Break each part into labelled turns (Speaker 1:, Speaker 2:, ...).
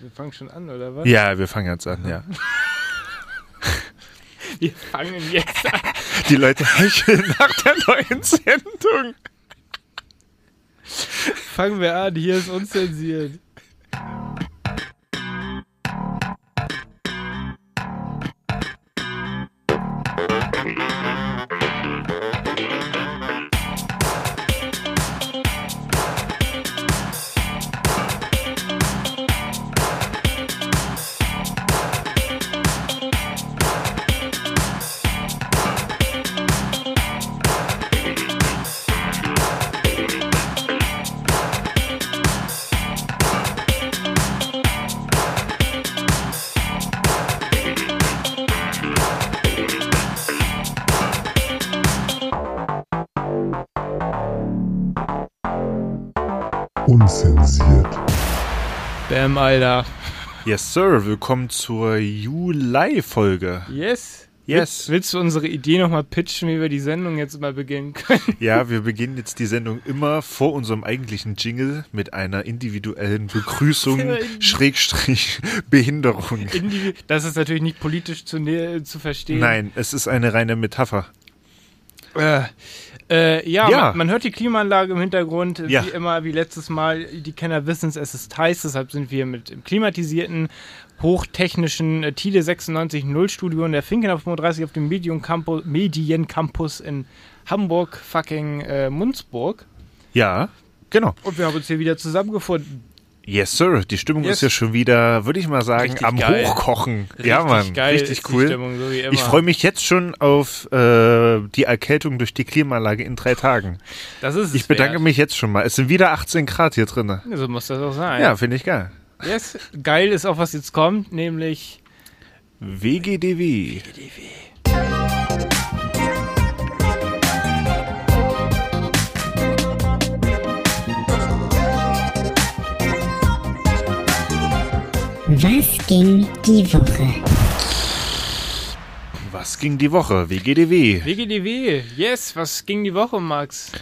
Speaker 1: Wir fangen schon an, oder was?
Speaker 2: Ja, wir fangen jetzt an, ja.
Speaker 1: Wir fangen jetzt an.
Speaker 2: Die Leute hecheln nach der neuen Sendung.
Speaker 1: Fangen wir an, hier ist unzensiert.
Speaker 3: Unzensiert.
Speaker 1: Bam, Alter.
Speaker 2: Yes, Sir, willkommen zur Juli-Folge.
Speaker 1: Yes.
Speaker 2: Yes.
Speaker 1: Willst du unsere Idee nochmal pitchen, wie wir die Sendung jetzt immer beginnen können?
Speaker 2: Ja, wir beginnen jetzt die Sendung immer vor unserem eigentlichen Jingle mit einer individuellen Begrüßung, Schrägstrich, Behinderung.
Speaker 1: Indivi- Das ist natürlich nicht politisch zu, nä- zu verstehen.
Speaker 2: Nein, es ist eine reine Metapher.
Speaker 1: Äh, äh, ja,
Speaker 2: Ja.
Speaker 1: Man, man hört die Klimaanlage im Hintergrund,
Speaker 2: Ja.
Speaker 1: wie immer, wie letztes Mal. Die Kenner wissen es, es ist heiß, deshalb sind wir mit dem klimatisierten, hochtechnischen äh, TIDE 96 Null Studio in der Finkenau 35 auf dem Medium Campo- Mediencampus in Hamburg, fucking äh, Munzburg.
Speaker 2: Ja, genau.
Speaker 1: Und wir haben uns hier wieder zusammengefunden.
Speaker 2: Yes, Sir, die Stimmung
Speaker 1: Yes.
Speaker 2: ist ja schon wieder, würde ich mal sagen,
Speaker 1: Richtig
Speaker 2: am
Speaker 1: geil.
Speaker 2: Hochkochen. ja, Mann,
Speaker 1: geil
Speaker 2: richtig
Speaker 1: ist die
Speaker 2: cool.
Speaker 1: Stimmung, so wie immer.
Speaker 2: Ich freue mich jetzt schon auf äh, die Erkältung durch die Klimaanlage in drei Tagen.
Speaker 1: Das ist es
Speaker 2: Ich bedanke
Speaker 1: wert.
Speaker 2: mich jetzt schon mal. Es sind wieder 18 Grad hier drin.
Speaker 1: So muss das auch sein.
Speaker 2: Ja, finde ich geil.
Speaker 1: Yes. Geil ist auch, was jetzt kommt, nämlich
Speaker 2: WGDW.
Speaker 4: Was ging die Woche?
Speaker 2: Was ging die Woche? WGDW.
Speaker 1: WGDW, yes, was ging die Woche, Max?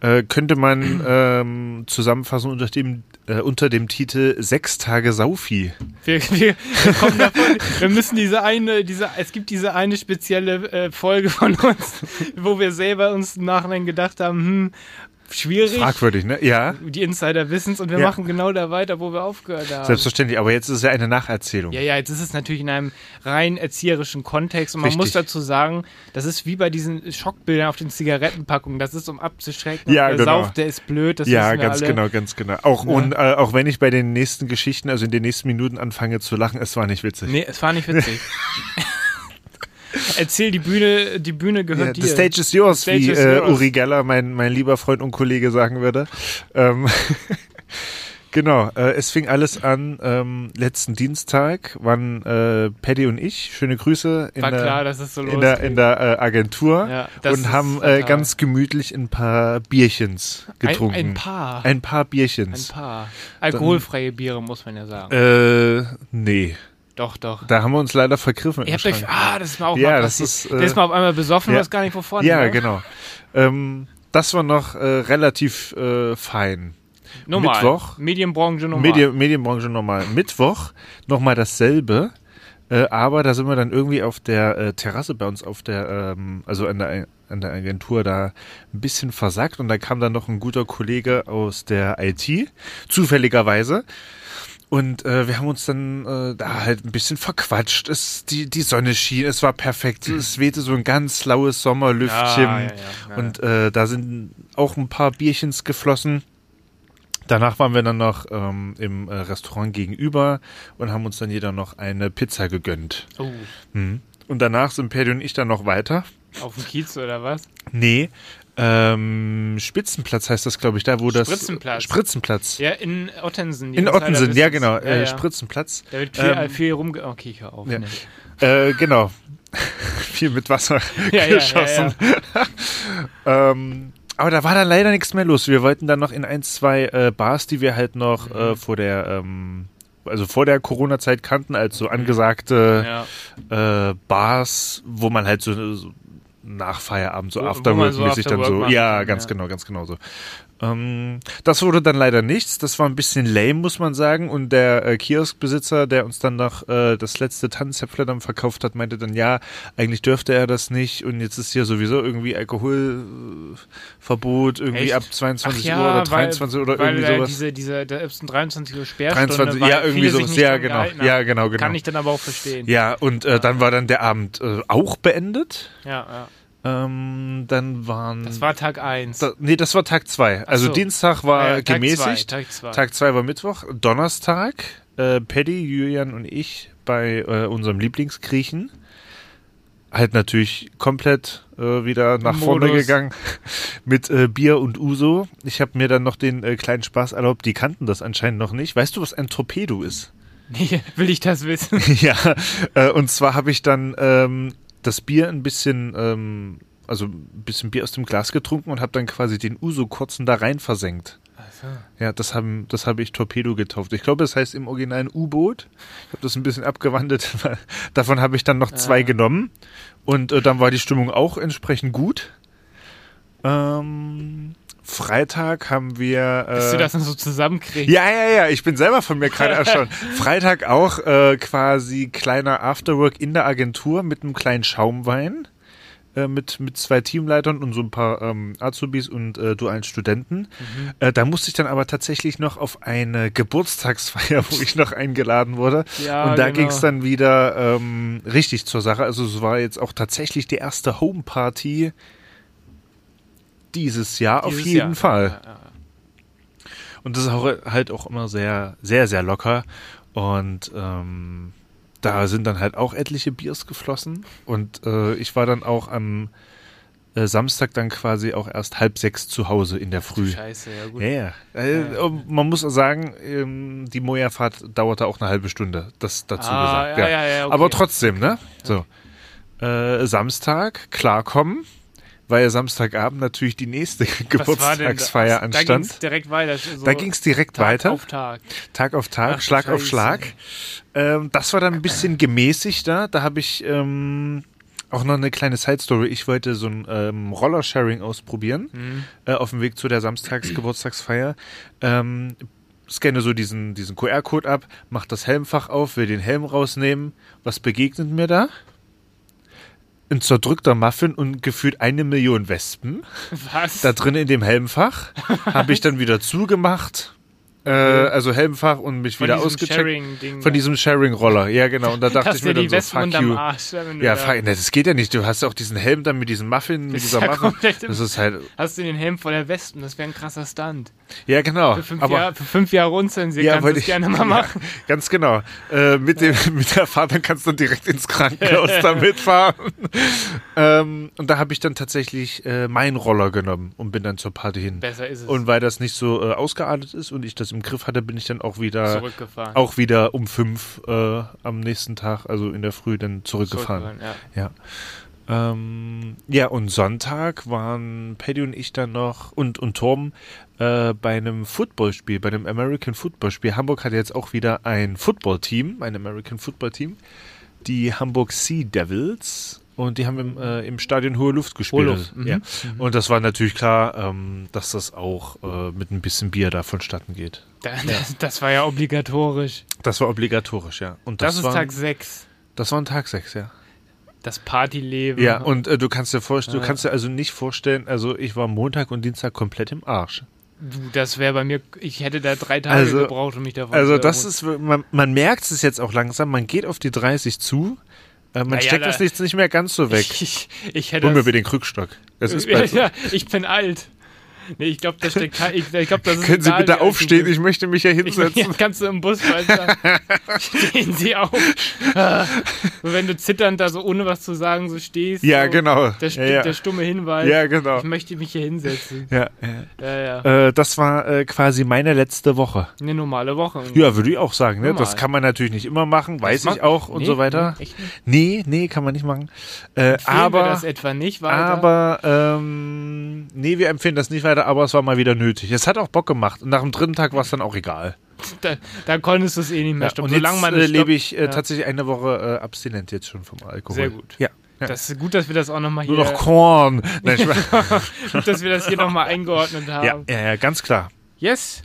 Speaker 2: Äh, könnte man ähm, zusammenfassen unter dem, äh, unter dem Titel Sechs Tage Saufi.
Speaker 1: Wir, wir, wir kommen davon, wir müssen diese eine, diese, es gibt diese eine spezielle äh, Folge von uns, wo wir selber uns im Nachhinein gedacht haben, hm, schwierig,
Speaker 2: Fragwürdig, ne? Ja,
Speaker 1: die Insider wissen's und wir
Speaker 2: Ja.
Speaker 1: machen genau da weiter, wo wir aufgehört haben.
Speaker 2: selbstverständlich. Aber jetzt ist es ja eine Nacherzählung.
Speaker 1: Ja, ja, jetzt ist es natürlich in einem rein erzieherischen Kontext und man
Speaker 2: Richtig.
Speaker 1: muss dazu sagen, das ist wie bei diesen Schockbildern auf den Zigarettenpackungen, das ist um abzuschrecken.
Speaker 2: Ja,
Speaker 1: der
Speaker 2: genau.
Speaker 1: sauft, der ist blöd, das
Speaker 2: Ja,
Speaker 1: wissen wir
Speaker 2: ganz
Speaker 1: alle.
Speaker 2: genau, ganz genau. Auch, und, äh, auch wenn ich bei den nächsten Geschichten, also in den nächsten Minuten anfange zu lachen, es war nicht witzig.
Speaker 1: Nee, es war nicht witzig. Erzähl, die Bühne, die Bühne
Speaker 2: Ja,
Speaker 1: gehört
Speaker 2: the
Speaker 1: dir.
Speaker 2: stage is
Speaker 1: The
Speaker 2: yours,
Speaker 1: stage
Speaker 2: wie
Speaker 1: is
Speaker 2: äh,
Speaker 1: yours.
Speaker 2: Uri Geller, mein, mein lieber Freund und Kollege, sagen würde. Ähm, genau, äh, es fing alles an ähm, letzten Dienstag, waren äh, Paddy und ich, schöne Grüße in
Speaker 1: war
Speaker 2: der,
Speaker 1: klar, dass es so
Speaker 2: in der,
Speaker 1: losgeht.
Speaker 2: in der äh, Agentur
Speaker 1: Ja, das
Speaker 2: und
Speaker 1: ist
Speaker 2: haben äh,
Speaker 1: fatal.
Speaker 2: ganz gemütlich ein paar Bierchens getrunken.
Speaker 1: Ein, ein paar. Ein,
Speaker 2: Ein paar Bierchens.
Speaker 1: paar. Alkoholfreie Biere, muss man ja sagen.
Speaker 2: Äh, nee,
Speaker 1: doch, doch.
Speaker 2: da haben wir uns leider vergriffen. im
Speaker 1: Ihr habt euch,
Speaker 2: Schrank.
Speaker 1: ah, das ist mir auch
Speaker 2: Äh, Ja,
Speaker 1: mal
Speaker 2: das
Speaker 1: passiert.
Speaker 2: ist,
Speaker 1: Der
Speaker 2: äh,
Speaker 1: ist mal auf einmal besoffen,
Speaker 2: ja.
Speaker 1: ja. weiß gar nicht, wovon.
Speaker 2: ja,
Speaker 1: ne?
Speaker 2: genau. Ähm, das war noch äh, relativ äh, fein.
Speaker 1: Normal.
Speaker 2: Mittwoch.
Speaker 1: Medienbranche normal.
Speaker 2: Medi Medienbranche nochmal. Mittwoch nochmal dasselbe. Äh, aber da sind wir dann irgendwie auf der äh, Terrasse bei uns auf der, ähm, also an der, an der Agentur da ein bisschen versagt und da kam dann noch ein guter Kollege aus der IT, zufälligerweise. Und äh, wir haben uns dann äh, da halt ein bisschen verquatscht. Es, die, die Sonne schien, es war perfekt. Es wehte so ein ganz laues Sommerlüftchen.
Speaker 1: Ah, Ja, ja, ja.
Speaker 2: Und äh, da sind auch ein paar Bierchens geflossen. Danach waren wir dann noch ähm, im äh, Restaurant gegenüber und haben uns dann jeder noch eine Pizza gegönnt.
Speaker 1: Oh,
Speaker 2: Und danach sind Perdi und ich dann noch weiter.
Speaker 1: auf dem Kiez oder was?
Speaker 2: Nee, ähm, Spitzenplatz heißt das, glaube ich, da wo das...
Speaker 1: Spritzenplatz.
Speaker 2: Spritzenplatz.
Speaker 1: Ja, in Ottensen. die
Speaker 2: In
Speaker 1: Insider
Speaker 2: Ottensen, ja
Speaker 1: wissen's.
Speaker 2: genau,
Speaker 1: Ja,
Speaker 2: äh,
Speaker 1: ja.
Speaker 2: Spritzenplatz.
Speaker 1: Da wird viel,
Speaker 2: Ähm,
Speaker 1: viel rumge... Okay, ich hör auf.
Speaker 2: ja.
Speaker 1: ne.
Speaker 2: Äh, genau. Viel mit Wasser
Speaker 1: Ja, ja, ja,
Speaker 2: geschossen. ähm, aber da war dann leider nichts mehr los. Wir wollten dann noch in ein, zwei äh, Bars, die wir halt noch äh, vor der, ähm, also vor der Corona-Zeit kannten, als so angesagte
Speaker 1: ja.
Speaker 2: äh, Bars, wo man halt so, so nach Feierabend, so
Speaker 1: Wo- wo man so
Speaker 2: Afterwork-mäßig dann
Speaker 1: Afterwork
Speaker 2: so.
Speaker 1: machen
Speaker 2: Ja,
Speaker 1: kann,
Speaker 2: ganz
Speaker 1: ja.
Speaker 2: genau, ganz genau so. Ähm, das wurde dann leider nichts. Das war ein bisschen lame, muss man sagen. Und der äh, Kioskbesitzer, der uns dann noch äh, das letzte Tannenzäpfle dann verkauft hat, meinte dann, ja, eigentlich dürfte er das nicht. Und jetzt ist hier sowieso irgendwie Alkoholverbot, irgendwie
Speaker 1: Echt?
Speaker 2: ab
Speaker 1: Ach
Speaker 2: 22
Speaker 1: ja,
Speaker 2: Uhr oder
Speaker 1: weil-
Speaker 2: 23 oder
Speaker 1: weil,
Speaker 2: irgendwie
Speaker 1: äh,
Speaker 2: sowas.
Speaker 1: Diese, diese, da ist ein 23 Uhr Sperrstunde.
Speaker 2: 23,
Speaker 1: weil
Speaker 2: ja, irgendwie
Speaker 1: viele sich
Speaker 2: sowas.
Speaker 1: nicht
Speaker 2: Ja,
Speaker 1: dran
Speaker 2: genau.
Speaker 1: gehalten haben.
Speaker 2: Ja, genau, genau.
Speaker 1: Kann ich dann aber auch verstehen.
Speaker 2: Ja, und äh, dann war dann der Abend äh, auch beendet.
Speaker 1: Ja, ja.
Speaker 2: Ähm, dann waren.
Speaker 1: Das war Tag 1.
Speaker 2: da, nee, das war Tag 2. Also
Speaker 1: so. Ah
Speaker 2: Dienstag war
Speaker 1: Ja, ja, Tag
Speaker 2: gemäßigt.
Speaker 1: zwei, Tag 2.
Speaker 2: Tag 2 war Mittwoch. Donnerstag, äh, Paddy, Julian und ich bei äh, unserem Lieblingsgriechen. Halt natürlich komplett äh, wieder nach vorne
Speaker 1: Modus.
Speaker 2: gegangen mit äh, Bier und Uso. Ich habe mir dann noch den äh, kleinen Spaß erlaubt. Die kannten das anscheinend noch nicht. Weißt du, was ein Torpedo ist?
Speaker 1: Will ich das wissen?
Speaker 2: ja, äh, und zwar habe ich dann ähm, das Bier ein bisschen, ähm, also ein bisschen Bier aus dem Glas getrunken und habe dann quasi den Uso kurzen da rein versenkt. Ja, das habe das hab ich Torpedo getauft. Ich glaube, das heißt im Original ein U-Boot. Ich habe das ein bisschen abgewandelt. weil Davon habe ich dann noch zwei genommen. Und äh, dann war die Stimmung auch entsprechend gut. Ähm, Freitag haben wir. Äh,
Speaker 1: Dass du das dann so zusammenkriegst.
Speaker 2: ja, ja, ja, ich bin selber von mir gerade erstaunt. Freitag auch äh, quasi kleiner Afterwork in der Agentur mit einem kleinen Schaumwein. äh, Mit, mit zwei Teamleitern und so ein paar ähm, Azubis und äh, dualen Studenten.
Speaker 1: Mhm.
Speaker 2: Äh, da musste ich dann aber tatsächlich noch auf eine Geburtstagsfeier, wo ich noch eingeladen wurde.
Speaker 1: Ja,
Speaker 2: und da
Speaker 1: genau.
Speaker 2: ging es dann wieder ähm, richtig zur Sache. Also es war jetzt auch tatsächlich die erste Homeparty dieses Jahr auf
Speaker 1: Dieses
Speaker 2: jeden
Speaker 1: Jahr.
Speaker 2: Fall.
Speaker 1: Ja, ja,
Speaker 2: Und das ist auch, halt auch immer sehr, sehr, sehr locker. Und ähm, da sind dann halt auch etliche Biers geflossen. Und äh, ich war dann auch am äh, Samstag dann quasi auch erst halb sechs zu Hause in der
Speaker 1: ja.
Speaker 2: Früh.
Speaker 1: Scheiße, ja gut.
Speaker 2: Ja, ja. Äh,
Speaker 1: Ja.
Speaker 2: um- Man muss auch sagen, ähm, die Moja-Fahrt dauerte auch eine halbe Stunde. Das dazu
Speaker 1: Ah,
Speaker 2: gesagt.
Speaker 1: ja, ja, ja, okay.
Speaker 2: Aber trotzdem, ne? So. Äh, Samstag, klarkommen, weil Samstagabend natürlich die nächste
Speaker 1: Was war denn da?
Speaker 2: Geburtstagsfeier
Speaker 1: Da ging
Speaker 2: anstand.
Speaker 1: es direkt weiter. So
Speaker 2: Da ging es direkt
Speaker 1: Tag
Speaker 2: weiter,
Speaker 1: auf Tag.
Speaker 2: Tag auf Tag,
Speaker 1: Ach,
Speaker 2: Schlag auf
Speaker 1: Scheiße.
Speaker 2: Schlag. Ähm, das war dann ein bisschen gemäßigter. Da habe ich ähm, auch noch eine kleine Side-Story. Ich wollte so ein ähm, Rollersharing ausprobieren
Speaker 1: Mhm.
Speaker 2: äh, auf dem Weg zu der Samstags-Geburtstagsfeier. Ähm, scanne so diesen, diesen QR-Code ab, mach das Helmfach auf, will den Helm rausnehmen. Was begegnet mir da? Ein zerdrückter Muffin und gefühlt eine Million Wespen
Speaker 1: Was?
Speaker 2: da drin in dem Helmfach. Habe ich dann wieder zugemacht. Äh, also Helmfach und mich wieder ausgecheckt.
Speaker 1: Sharing-Ding.
Speaker 2: Von diesem Sharing-Roller. Ja, genau. Und da dachte
Speaker 1: Dass
Speaker 2: ich
Speaker 1: dir
Speaker 2: mir
Speaker 1: die
Speaker 2: dann so,
Speaker 1: Wespen
Speaker 2: fuck
Speaker 1: unterm
Speaker 2: you.
Speaker 1: Arsch. wenn du
Speaker 2: Ja,
Speaker 1: da-
Speaker 2: fuck, ne, das geht ja nicht. Du hast auch diesen Helm dann mit diesem Muffin, mit
Speaker 1: ist
Speaker 2: dieser
Speaker 1: ja
Speaker 2: Muffin.
Speaker 1: komplett im-
Speaker 2: Das ist halt,
Speaker 1: Hast du den Helm voller Wespen? Das wäre ein krasser Stunt.
Speaker 2: ja, genau.
Speaker 1: Für fünf,
Speaker 2: Aber,
Speaker 1: Jahre, für fünf Jahre unzensiert
Speaker 2: ja,
Speaker 1: kannst du
Speaker 2: wollte
Speaker 1: das
Speaker 2: ich
Speaker 1: gerne mal
Speaker 2: ja,
Speaker 1: machen.
Speaker 2: Ganz genau. Äh, mit, dem, mit der Fahrt, dann kannst du direkt ins Krankenhaus damit fahren. ähm, und da habe ich dann tatsächlich äh, meinen Roller genommen und bin dann zur Party hin.
Speaker 1: Besser ist es.
Speaker 2: Und weil das nicht so äh, ausgeartet ist und ich das im Griff hatte, bin ich dann auch wieder
Speaker 1: zurückgefahren.
Speaker 2: äh, auch wieder um fünf äh, am nächsten Tag, also in der Früh, dann zurückgefahren.
Speaker 1: Ja.
Speaker 2: Ja. Ähm, ja, und Sonntag waren Paddy und ich dann noch und, und Tom äh, bei einem Footballspiel, bei einem American Footballspiel. Hamburg hat jetzt auch wieder ein Footballteam, ein American Footballteam, die Hamburg Sea Devils. Und die haben im, äh, im Stadion Hohe Luft gespielt.
Speaker 1: Hohe Luft, mhm.
Speaker 2: ja. Und das war natürlich klar, ähm, dass das auch äh, mit ein bisschen Bier da vonstatten geht.
Speaker 1: Da, das, das war ja obligatorisch.
Speaker 2: Das war obligatorisch, ja. Und
Speaker 1: Das,
Speaker 2: das,
Speaker 1: ist
Speaker 2: waren,
Speaker 1: Tag 6.
Speaker 2: das waren Tag 6, ja.
Speaker 1: Das Partyleben.
Speaker 2: Ja, und äh, du kannst dir vorstellen, du kannst dir also nicht vorstellen, also ich war Montag und Dienstag komplett im Arsch.
Speaker 1: du, das wäre bei mir, ich hätte da drei Tage
Speaker 2: Also-
Speaker 1: gebraucht, um mich davon
Speaker 2: Also
Speaker 1: zu
Speaker 2: das
Speaker 1: erholen.
Speaker 2: ist, man, man merkt es jetzt auch langsam, man geht auf die 30 zu, äh, man
Speaker 1: Naja,
Speaker 2: steckt
Speaker 1: da-
Speaker 2: das nicht, nicht mehr ganz so weg.
Speaker 1: Ich, ich hätte
Speaker 2: Hol mir
Speaker 1: das,
Speaker 2: bitte den Krückstock. Das ist
Speaker 1: ja,
Speaker 2: bald so.
Speaker 1: ja, ich bin alt. Nee, ich glaube, das steckt kein- ich, ich glaub, das ist
Speaker 2: Können Sie
Speaker 1: egal, wie alt
Speaker 2: bitte
Speaker 1: du
Speaker 2: aufstehen?
Speaker 1: bist.
Speaker 2: Ich möchte mich ja
Speaker 1: Ich meine, ja,
Speaker 2: hinsetzen.
Speaker 1: kannst du im Bus fallen sagen. Stehen sie auf. Ah. So, wenn du zitternd da so ohne was zu sagen so stehst.
Speaker 2: Ja,
Speaker 1: so,
Speaker 2: genau.
Speaker 1: Der, stu-
Speaker 2: Ja, ja.
Speaker 1: der stumme Hinweis.
Speaker 2: Ja, genau.
Speaker 1: Ich möchte mich hier hinsetzen.
Speaker 2: Ja, ja.
Speaker 1: Ja, ja.
Speaker 2: Äh, das war äh, quasi meine letzte Woche.
Speaker 1: Eine normale Woche.
Speaker 2: Ja, würde ich auch sagen. Ne? Das
Speaker 1: Normal.
Speaker 2: kann man natürlich nicht immer machen, weiß
Speaker 1: mag-
Speaker 2: ich auch und
Speaker 1: Nee,
Speaker 2: so weiter.
Speaker 1: nee, echt nicht.
Speaker 2: Nee, nee, kann man nicht machen. Äh,
Speaker 1: Empfehlen
Speaker 2: aber
Speaker 1: wir das etwa nicht weiter.
Speaker 2: Aber, ähm, nee, wir empfehlen das nicht weiter, aber es war mal wieder nötig. Es hat auch Bock gemacht. Und nach dem dritten Tag war es dann auch egal.
Speaker 1: da, da konntest du es eh nicht mehr
Speaker 2: und
Speaker 1: stoppen.
Speaker 2: jetzt
Speaker 1: Solange man
Speaker 2: äh,
Speaker 1: es
Speaker 2: lebe
Speaker 1: stoppt-
Speaker 2: ich äh,
Speaker 1: ja.
Speaker 2: tatsächlich eine Woche äh, abstinent jetzt schon vom Alkohol.
Speaker 1: Sehr gut.
Speaker 2: Ja.
Speaker 1: Das ist gut, dass wir das auch nochmal hier,
Speaker 2: Nur noch Korn. Nein, Spaß.
Speaker 1: gut, dass wir das hier nochmal eingeordnet
Speaker 2: ja,
Speaker 1: haben.
Speaker 2: ja, ja, ganz klar.
Speaker 1: Yes.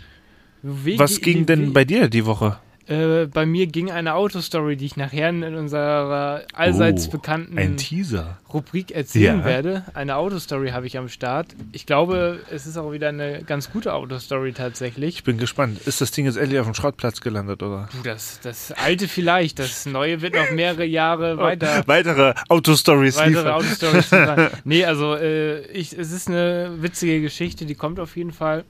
Speaker 1: Wie
Speaker 2: Was ging denn bei dir die Woche?
Speaker 1: Äh, bei mir ging eine Autostory, die ich nachher in unserer allseits
Speaker 2: Oh,
Speaker 1: bekannten
Speaker 2: Ein Teaser.
Speaker 1: Rubrik erzählen
Speaker 2: Ja.
Speaker 1: werde. Eine Autostory habe ich am Start. Ich glaube, es ist auch wieder eine ganz gute Autostory tatsächlich.
Speaker 2: Ich bin gespannt. Ist das Ding jetzt endlich auf dem Schrottplatz gelandet, oder?
Speaker 1: Du, Das, das alte vielleicht, das neue wird noch mehrere Jahre
Speaker 2: Oh.
Speaker 1: weiter.
Speaker 2: Weitere Autostories
Speaker 1: Weitere
Speaker 2: liefern.
Speaker 1: Autostories liefern. Nee, also äh, ich, es ist eine witzige Geschichte, die kommt auf jeden Fall.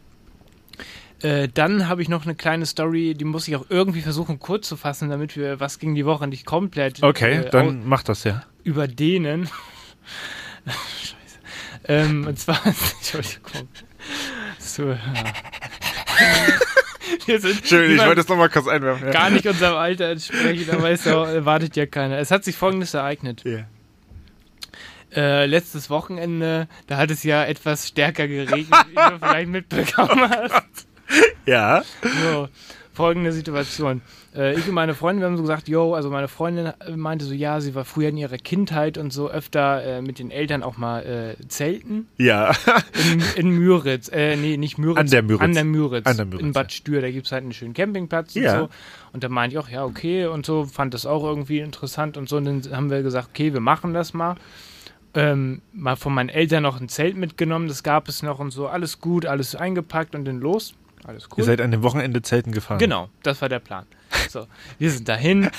Speaker 1: Äh, dann habe ich noch eine kleine Story, die muss ich auch irgendwie versuchen kurz zu fassen, damit wir was ging die Woche nicht komplett
Speaker 2: Okay,
Speaker 1: äh, au-
Speaker 2: dann mach das ja.
Speaker 1: über denen. Scheiße. Ähm, und zwar, Entschuldigung. So, ja. Wir sind niemand-
Speaker 2: es nochmal kurz einwerfen.
Speaker 1: gar nicht unserem Alter entsprechen, aber es erwartet äh, ja keiner. Es hat sich folgendes ereignet.
Speaker 2: Ja.
Speaker 1: Äh, letztes Wochenende, da hat es ja etwas stärker geregnet, wie du vielleicht mitbekommen hast.
Speaker 2: ja.
Speaker 1: So, folgende Situation. Äh, ich und meine Freundin, wir haben so gesagt, yo, also meine Freundin äh, meinte so, ja, sie war früher in ihrer Kindheit und so öfter äh, mit den Eltern auch mal äh, zelten.
Speaker 2: Ja.
Speaker 1: In, in Müritz, äh, nee, nicht Müritz.
Speaker 2: An der Müritz.
Speaker 1: An der Müritz.
Speaker 2: An der Müritz,
Speaker 1: in
Speaker 2: ja.
Speaker 1: Bad Stür, da gibt es halt einen schönen Campingplatz
Speaker 2: Ja.
Speaker 1: und so. Und da meinte ich auch, ja, okay, und so, fand das auch irgendwie interessant und so. Und dann haben wir gesagt, okay, wir machen das mal. Ähm, mal von meinen Eltern noch ein Zelt mitgenommen, das gab es noch und so. Alles gut, alles eingepackt und dann los. Alles cool.
Speaker 2: Ihr seid an dem Wochenende Zelten gefahren.
Speaker 1: Genau, das war der Plan. So, wir sind dahin.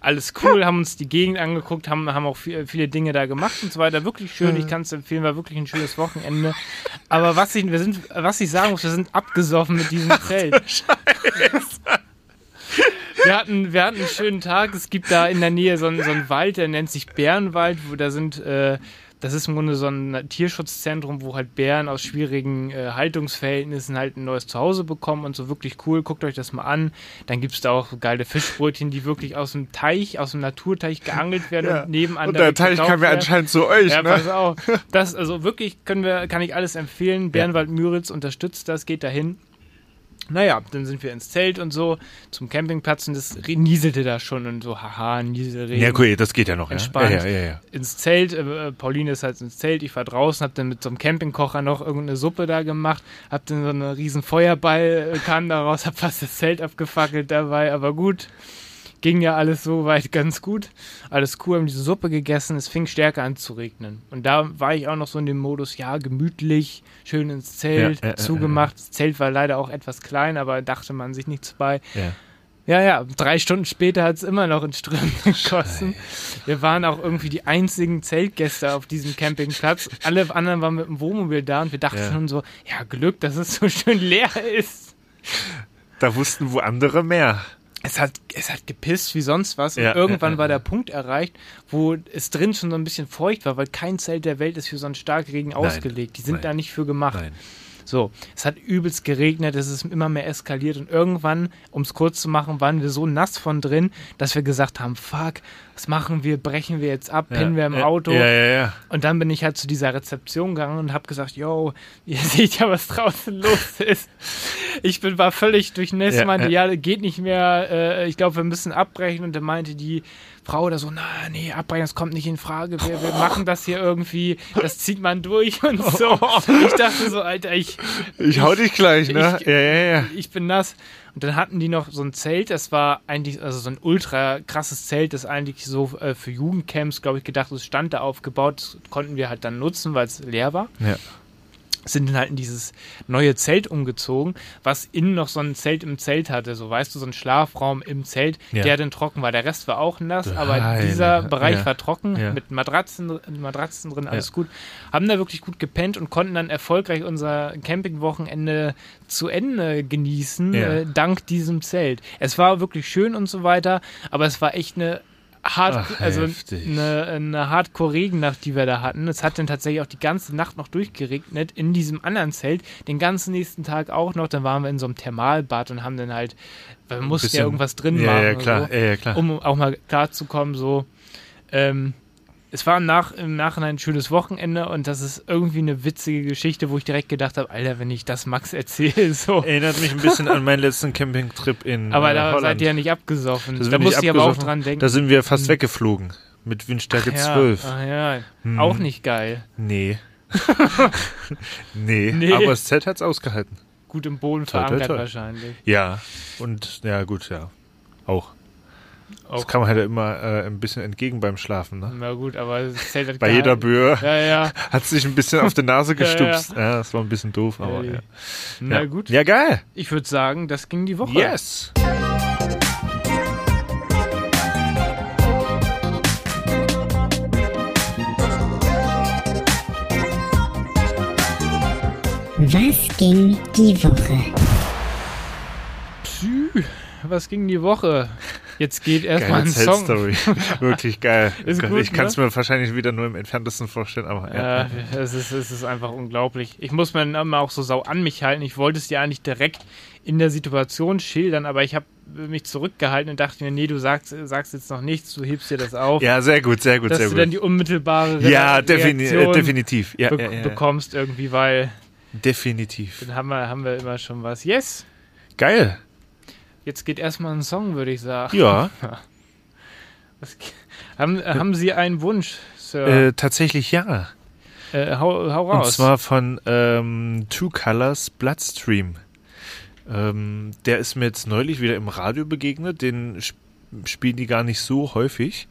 Speaker 1: Alles cool, haben uns die Gegend angeguckt, haben, haben auch viel, viele Dinge da gemacht und so weiter. Wirklich schön, ich kann es empfehlen, war wirklich ein schönes Wochenende. Aber was ich, wir sind, was ich sagen muss, wir sind abgesoffen mit diesem Feld. Wir hatten, wir hatten einen schönen Tag. Es gibt da in der Nähe so einen, so einen Wald, der nennt sich Bärenwald, wo da sind, äh, das ist im Grunde so ein Tierschutzzentrum, wo halt Bären aus schwierigen äh, Haltungsverhältnissen halt ein neues Zuhause bekommen und so wirklich cool. Guckt euch das mal an. Dann gibt es da auch geile Fischbrötchen, die wirklich aus dem Teich, aus dem Naturteich geangelt werden
Speaker 2: Ja.
Speaker 1: und nebenan
Speaker 2: Und der
Speaker 1: direkt
Speaker 2: Teich
Speaker 1: gekauft
Speaker 2: kam ja
Speaker 1: werden.
Speaker 2: anscheinend zu euch,
Speaker 1: Ja,
Speaker 2: ne?
Speaker 1: pass auf. Das, also wirklich können wir, kann ich alles empfehlen. Bernwald Müritz unterstützt das, geht dahin. Naja, dann sind wir ins Zelt und so zum Campingplatz und es re- nieselte da schon und so, haha, Nieselregen.
Speaker 2: Ja, cool, das geht ja noch. Ja,
Speaker 1: Entspannt.
Speaker 2: ja, ja. ja.
Speaker 1: Ins Zelt, äh, äh, Pauline ist halt ins Zelt, ich war draußen, hab dann mit so einem Campingkocher noch irgendeine Suppe da gemacht, hab dann so einen riesen Feuerball, äh, kam da raus, hab fast das Zelt abgefackelt dabei, aber gut, ging ja alles so weit ganz gut. Alles cool, haben diese Suppe gegessen, es fing stärker an zu regnen. Und da war ich auch noch so in dem Modus, ja, gemütlich, schön ins Zelt,
Speaker 2: Ja, äh, äh,
Speaker 1: zugemacht. Das Zelt war leider auch etwas klein, aber dachte man sich nichts bei.
Speaker 2: ja.
Speaker 1: Ja, ja, drei Stunden später hat es immer noch in Strömen gekostet. Wir waren auch irgendwie die einzigen Zeltgäste auf diesem Campingplatz. Alle anderen waren mit dem Wohnmobil da und wir dachten
Speaker 2: Ja.
Speaker 1: schon so, ja, Glück, dass es so schön leer ist.
Speaker 2: Da wussten wo andere mehr.
Speaker 1: Es hat, es hat gepisst wie sonst was. Und
Speaker 2: Ja,
Speaker 1: irgendwann
Speaker 2: ja, ja,
Speaker 1: war der Punkt erreicht, wo es drin schon so ein bisschen feucht war, weil kein Zelt der Welt ist für so einen starken Regen ausgelegt. Die sind
Speaker 2: nein,
Speaker 1: da nicht für gemacht.
Speaker 2: nein.
Speaker 1: So, es hat übelst geregnet, es ist immer mehr eskaliert und irgendwann, um es kurz zu machen, waren wir so nass von drin, dass wir gesagt haben, fuck, was machen wir, brechen wir jetzt ab, pennen wir im
Speaker 2: Ja,
Speaker 1: Auto.
Speaker 2: Ja, ja, ja.
Speaker 1: Und dann bin ich halt zu dieser Rezeption gegangen und habe gesagt, yo, ihr seht ja, was draußen los ist. Ich bin war völlig durchnässt,
Speaker 2: Ja,
Speaker 1: meinte, ja, geht nicht mehr, äh, ich glaube, wir müssen abbrechen. Und dann meinte die Frau da so, na, nee, abbrechen, das kommt nicht in Frage, wir, wir machen das hier irgendwie, das zieht man durch und so. Ich dachte so, Alter, ich,
Speaker 2: Ich hau dich gleich, ne?
Speaker 1: Ich-
Speaker 2: ja, ja, ja.
Speaker 1: ich bin nass. Und dann hatten die noch so ein Zelt, das war eigentlich, also so ein ultra krasses Zelt, das eigentlich so äh, für Jugendcamps, glaube ich, gedacht ist, stand da aufgebaut, das konnten wir halt dann nutzen, weil es leer war.
Speaker 2: Ja.
Speaker 1: Sind dann halt in dieses neue Zelt umgezogen, was innen noch so ein Zelt im Zelt hatte, so weißt du, so ein Schlafraum im Zelt,
Speaker 2: Ja.
Speaker 1: der dann trocken war. Der Rest war auch nass, aber
Speaker 2: Nein.
Speaker 1: dieser Bereich
Speaker 2: Ja.
Speaker 1: war trocken,
Speaker 2: Ja.
Speaker 1: mit Matratzen, Matratzen drin, alles gut. Haben da wirklich gut gepennt und konnten dann erfolgreich unser Campingwochenende zu Ende genießen,
Speaker 2: Ja.
Speaker 1: äh, dank diesem Zelt. Es war wirklich schön und so weiter, aber es war echt eine hart,
Speaker 2: Ach,
Speaker 1: also
Speaker 2: heftig.
Speaker 1: eine, eine Hardcore-Regennacht, die wir da hatten. Es hat dann tatsächlich auch die ganze Nacht noch durchgeregnet in diesem anderen Zelt, den ganzen nächsten Tag auch noch. Dann waren wir in so einem Thermalbad und haben dann halt, weil wir mussten
Speaker 2: bisschen-
Speaker 1: ja irgendwas drin
Speaker 2: Ja,
Speaker 1: machen.
Speaker 2: ja,
Speaker 1: oder
Speaker 2: klar.
Speaker 1: so
Speaker 2: Ja, ja, klar.
Speaker 1: um auch mal klarzukommen, so, ähm, es war nach, im Nachhinein ein schönes Wochenende und das ist irgendwie eine witzige Geschichte, wo ich direkt gedacht habe, Alter, wenn ich das Max erzähle, so.
Speaker 2: Erinnert mich ein bisschen an meinen letzten Campingtrip in
Speaker 1: Aber
Speaker 2: äh,
Speaker 1: da
Speaker 2: Holland.
Speaker 1: seid ihr ja nicht abgesoffen.
Speaker 2: Da sind
Speaker 1: da
Speaker 2: wir
Speaker 1: musste
Speaker 2: nicht
Speaker 1: ich aber auch
Speaker 2: abgesoffen.
Speaker 1: dran denken.
Speaker 2: Da sind wir Hm. fast weggeflogen. mit Windstärke
Speaker 1: ja, Ah.
Speaker 2: 12.
Speaker 1: Ach, ja. Auch nicht geil.
Speaker 2: Nee. nee.
Speaker 1: Nee.
Speaker 2: aber das Zelt hat's ausgehalten.
Speaker 1: Gut im Boden
Speaker 2: Toi, toi,
Speaker 1: verankert
Speaker 2: toi.
Speaker 1: wahrscheinlich.
Speaker 2: Ja. Und ja, gut, ja. Auch. Das
Speaker 1: Auch.
Speaker 2: kam halt immer äh, ein bisschen entgegen beim Schlafen. Ne?
Speaker 1: Na gut, aber das Zelt hat
Speaker 2: Bei jeder Böe
Speaker 1: Ja, ja.
Speaker 2: hat sich ein bisschen auf die Nase
Speaker 1: Ja, ja.
Speaker 2: gestupst. Ja, das war ein bisschen doof, aber
Speaker 1: Ey.
Speaker 2: ja.
Speaker 1: Na
Speaker 2: ja.
Speaker 1: gut.
Speaker 2: Ja, geil.
Speaker 1: Ich würde sagen, das ging die Woche.
Speaker 2: Yes.
Speaker 4: Was ging die Woche?
Speaker 1: Psü, was ging die Woche? Jetzt geht erstmal
Speaker 2: Geile
Speaker 1: ein Song.
Speaker 2: Zeltstory. Wirklich geil.
Speaker 1: Ist gut, ne?
Speaker 2: ich kann es mir wahrscheinlich wieder nur im Entferntesten vorstellen, aber ja.
Speaker 1: Ja, es ist, es ist einfach unglaublich. Ich muss meinen Namen auch so sau an mich halten. Ich wollte es dir eigentlich direkt in der Situation schildern, aber ich habe mich zurückgehalten und dachte mir, nee, du sagst, sagst jetzt noch nichts, du hebst dir das auf,
Speaker 2: Ja, sehr gut, sehr gut,
Speaker 1: dass
Speaker 2: sehr
Speaker 1: du dann
Speaker 2: gut.
Speaker 1: die unmittelbare
Speaker 2: Ja,
Speaker 1: Re-
Speaker 2: defini äh,
Speaker 1: Reaktion
Speaker 2: definitiv. Ja,
Speaker 1: be
Speaker 2: ja, ja.
Speaker 1: bekommst irgendwie, weil
Speaker 2: Definitiv.
Speaker 1: dann haben wir, haben wir immer schon was. Yes,
Speaker 2: Geil.
Speaker 1: jetzt geht erstmal ein Song, würde ich sagen.
Speaker 2: Ja.
Speaker 1: Was, haben, äh, haben Sie einen Wunsch, Sir?
Speaker 2: Äh, tatsächlich ja.
Speaker 1: Äh, hau, hau raus.
Speaker 2: Und zwar von ähm, Two Colors Bloodstream. Ähm, der ist mir jetzt neulich wieder im Radio begegnet. Den sp spielen die gar nicht so häufig.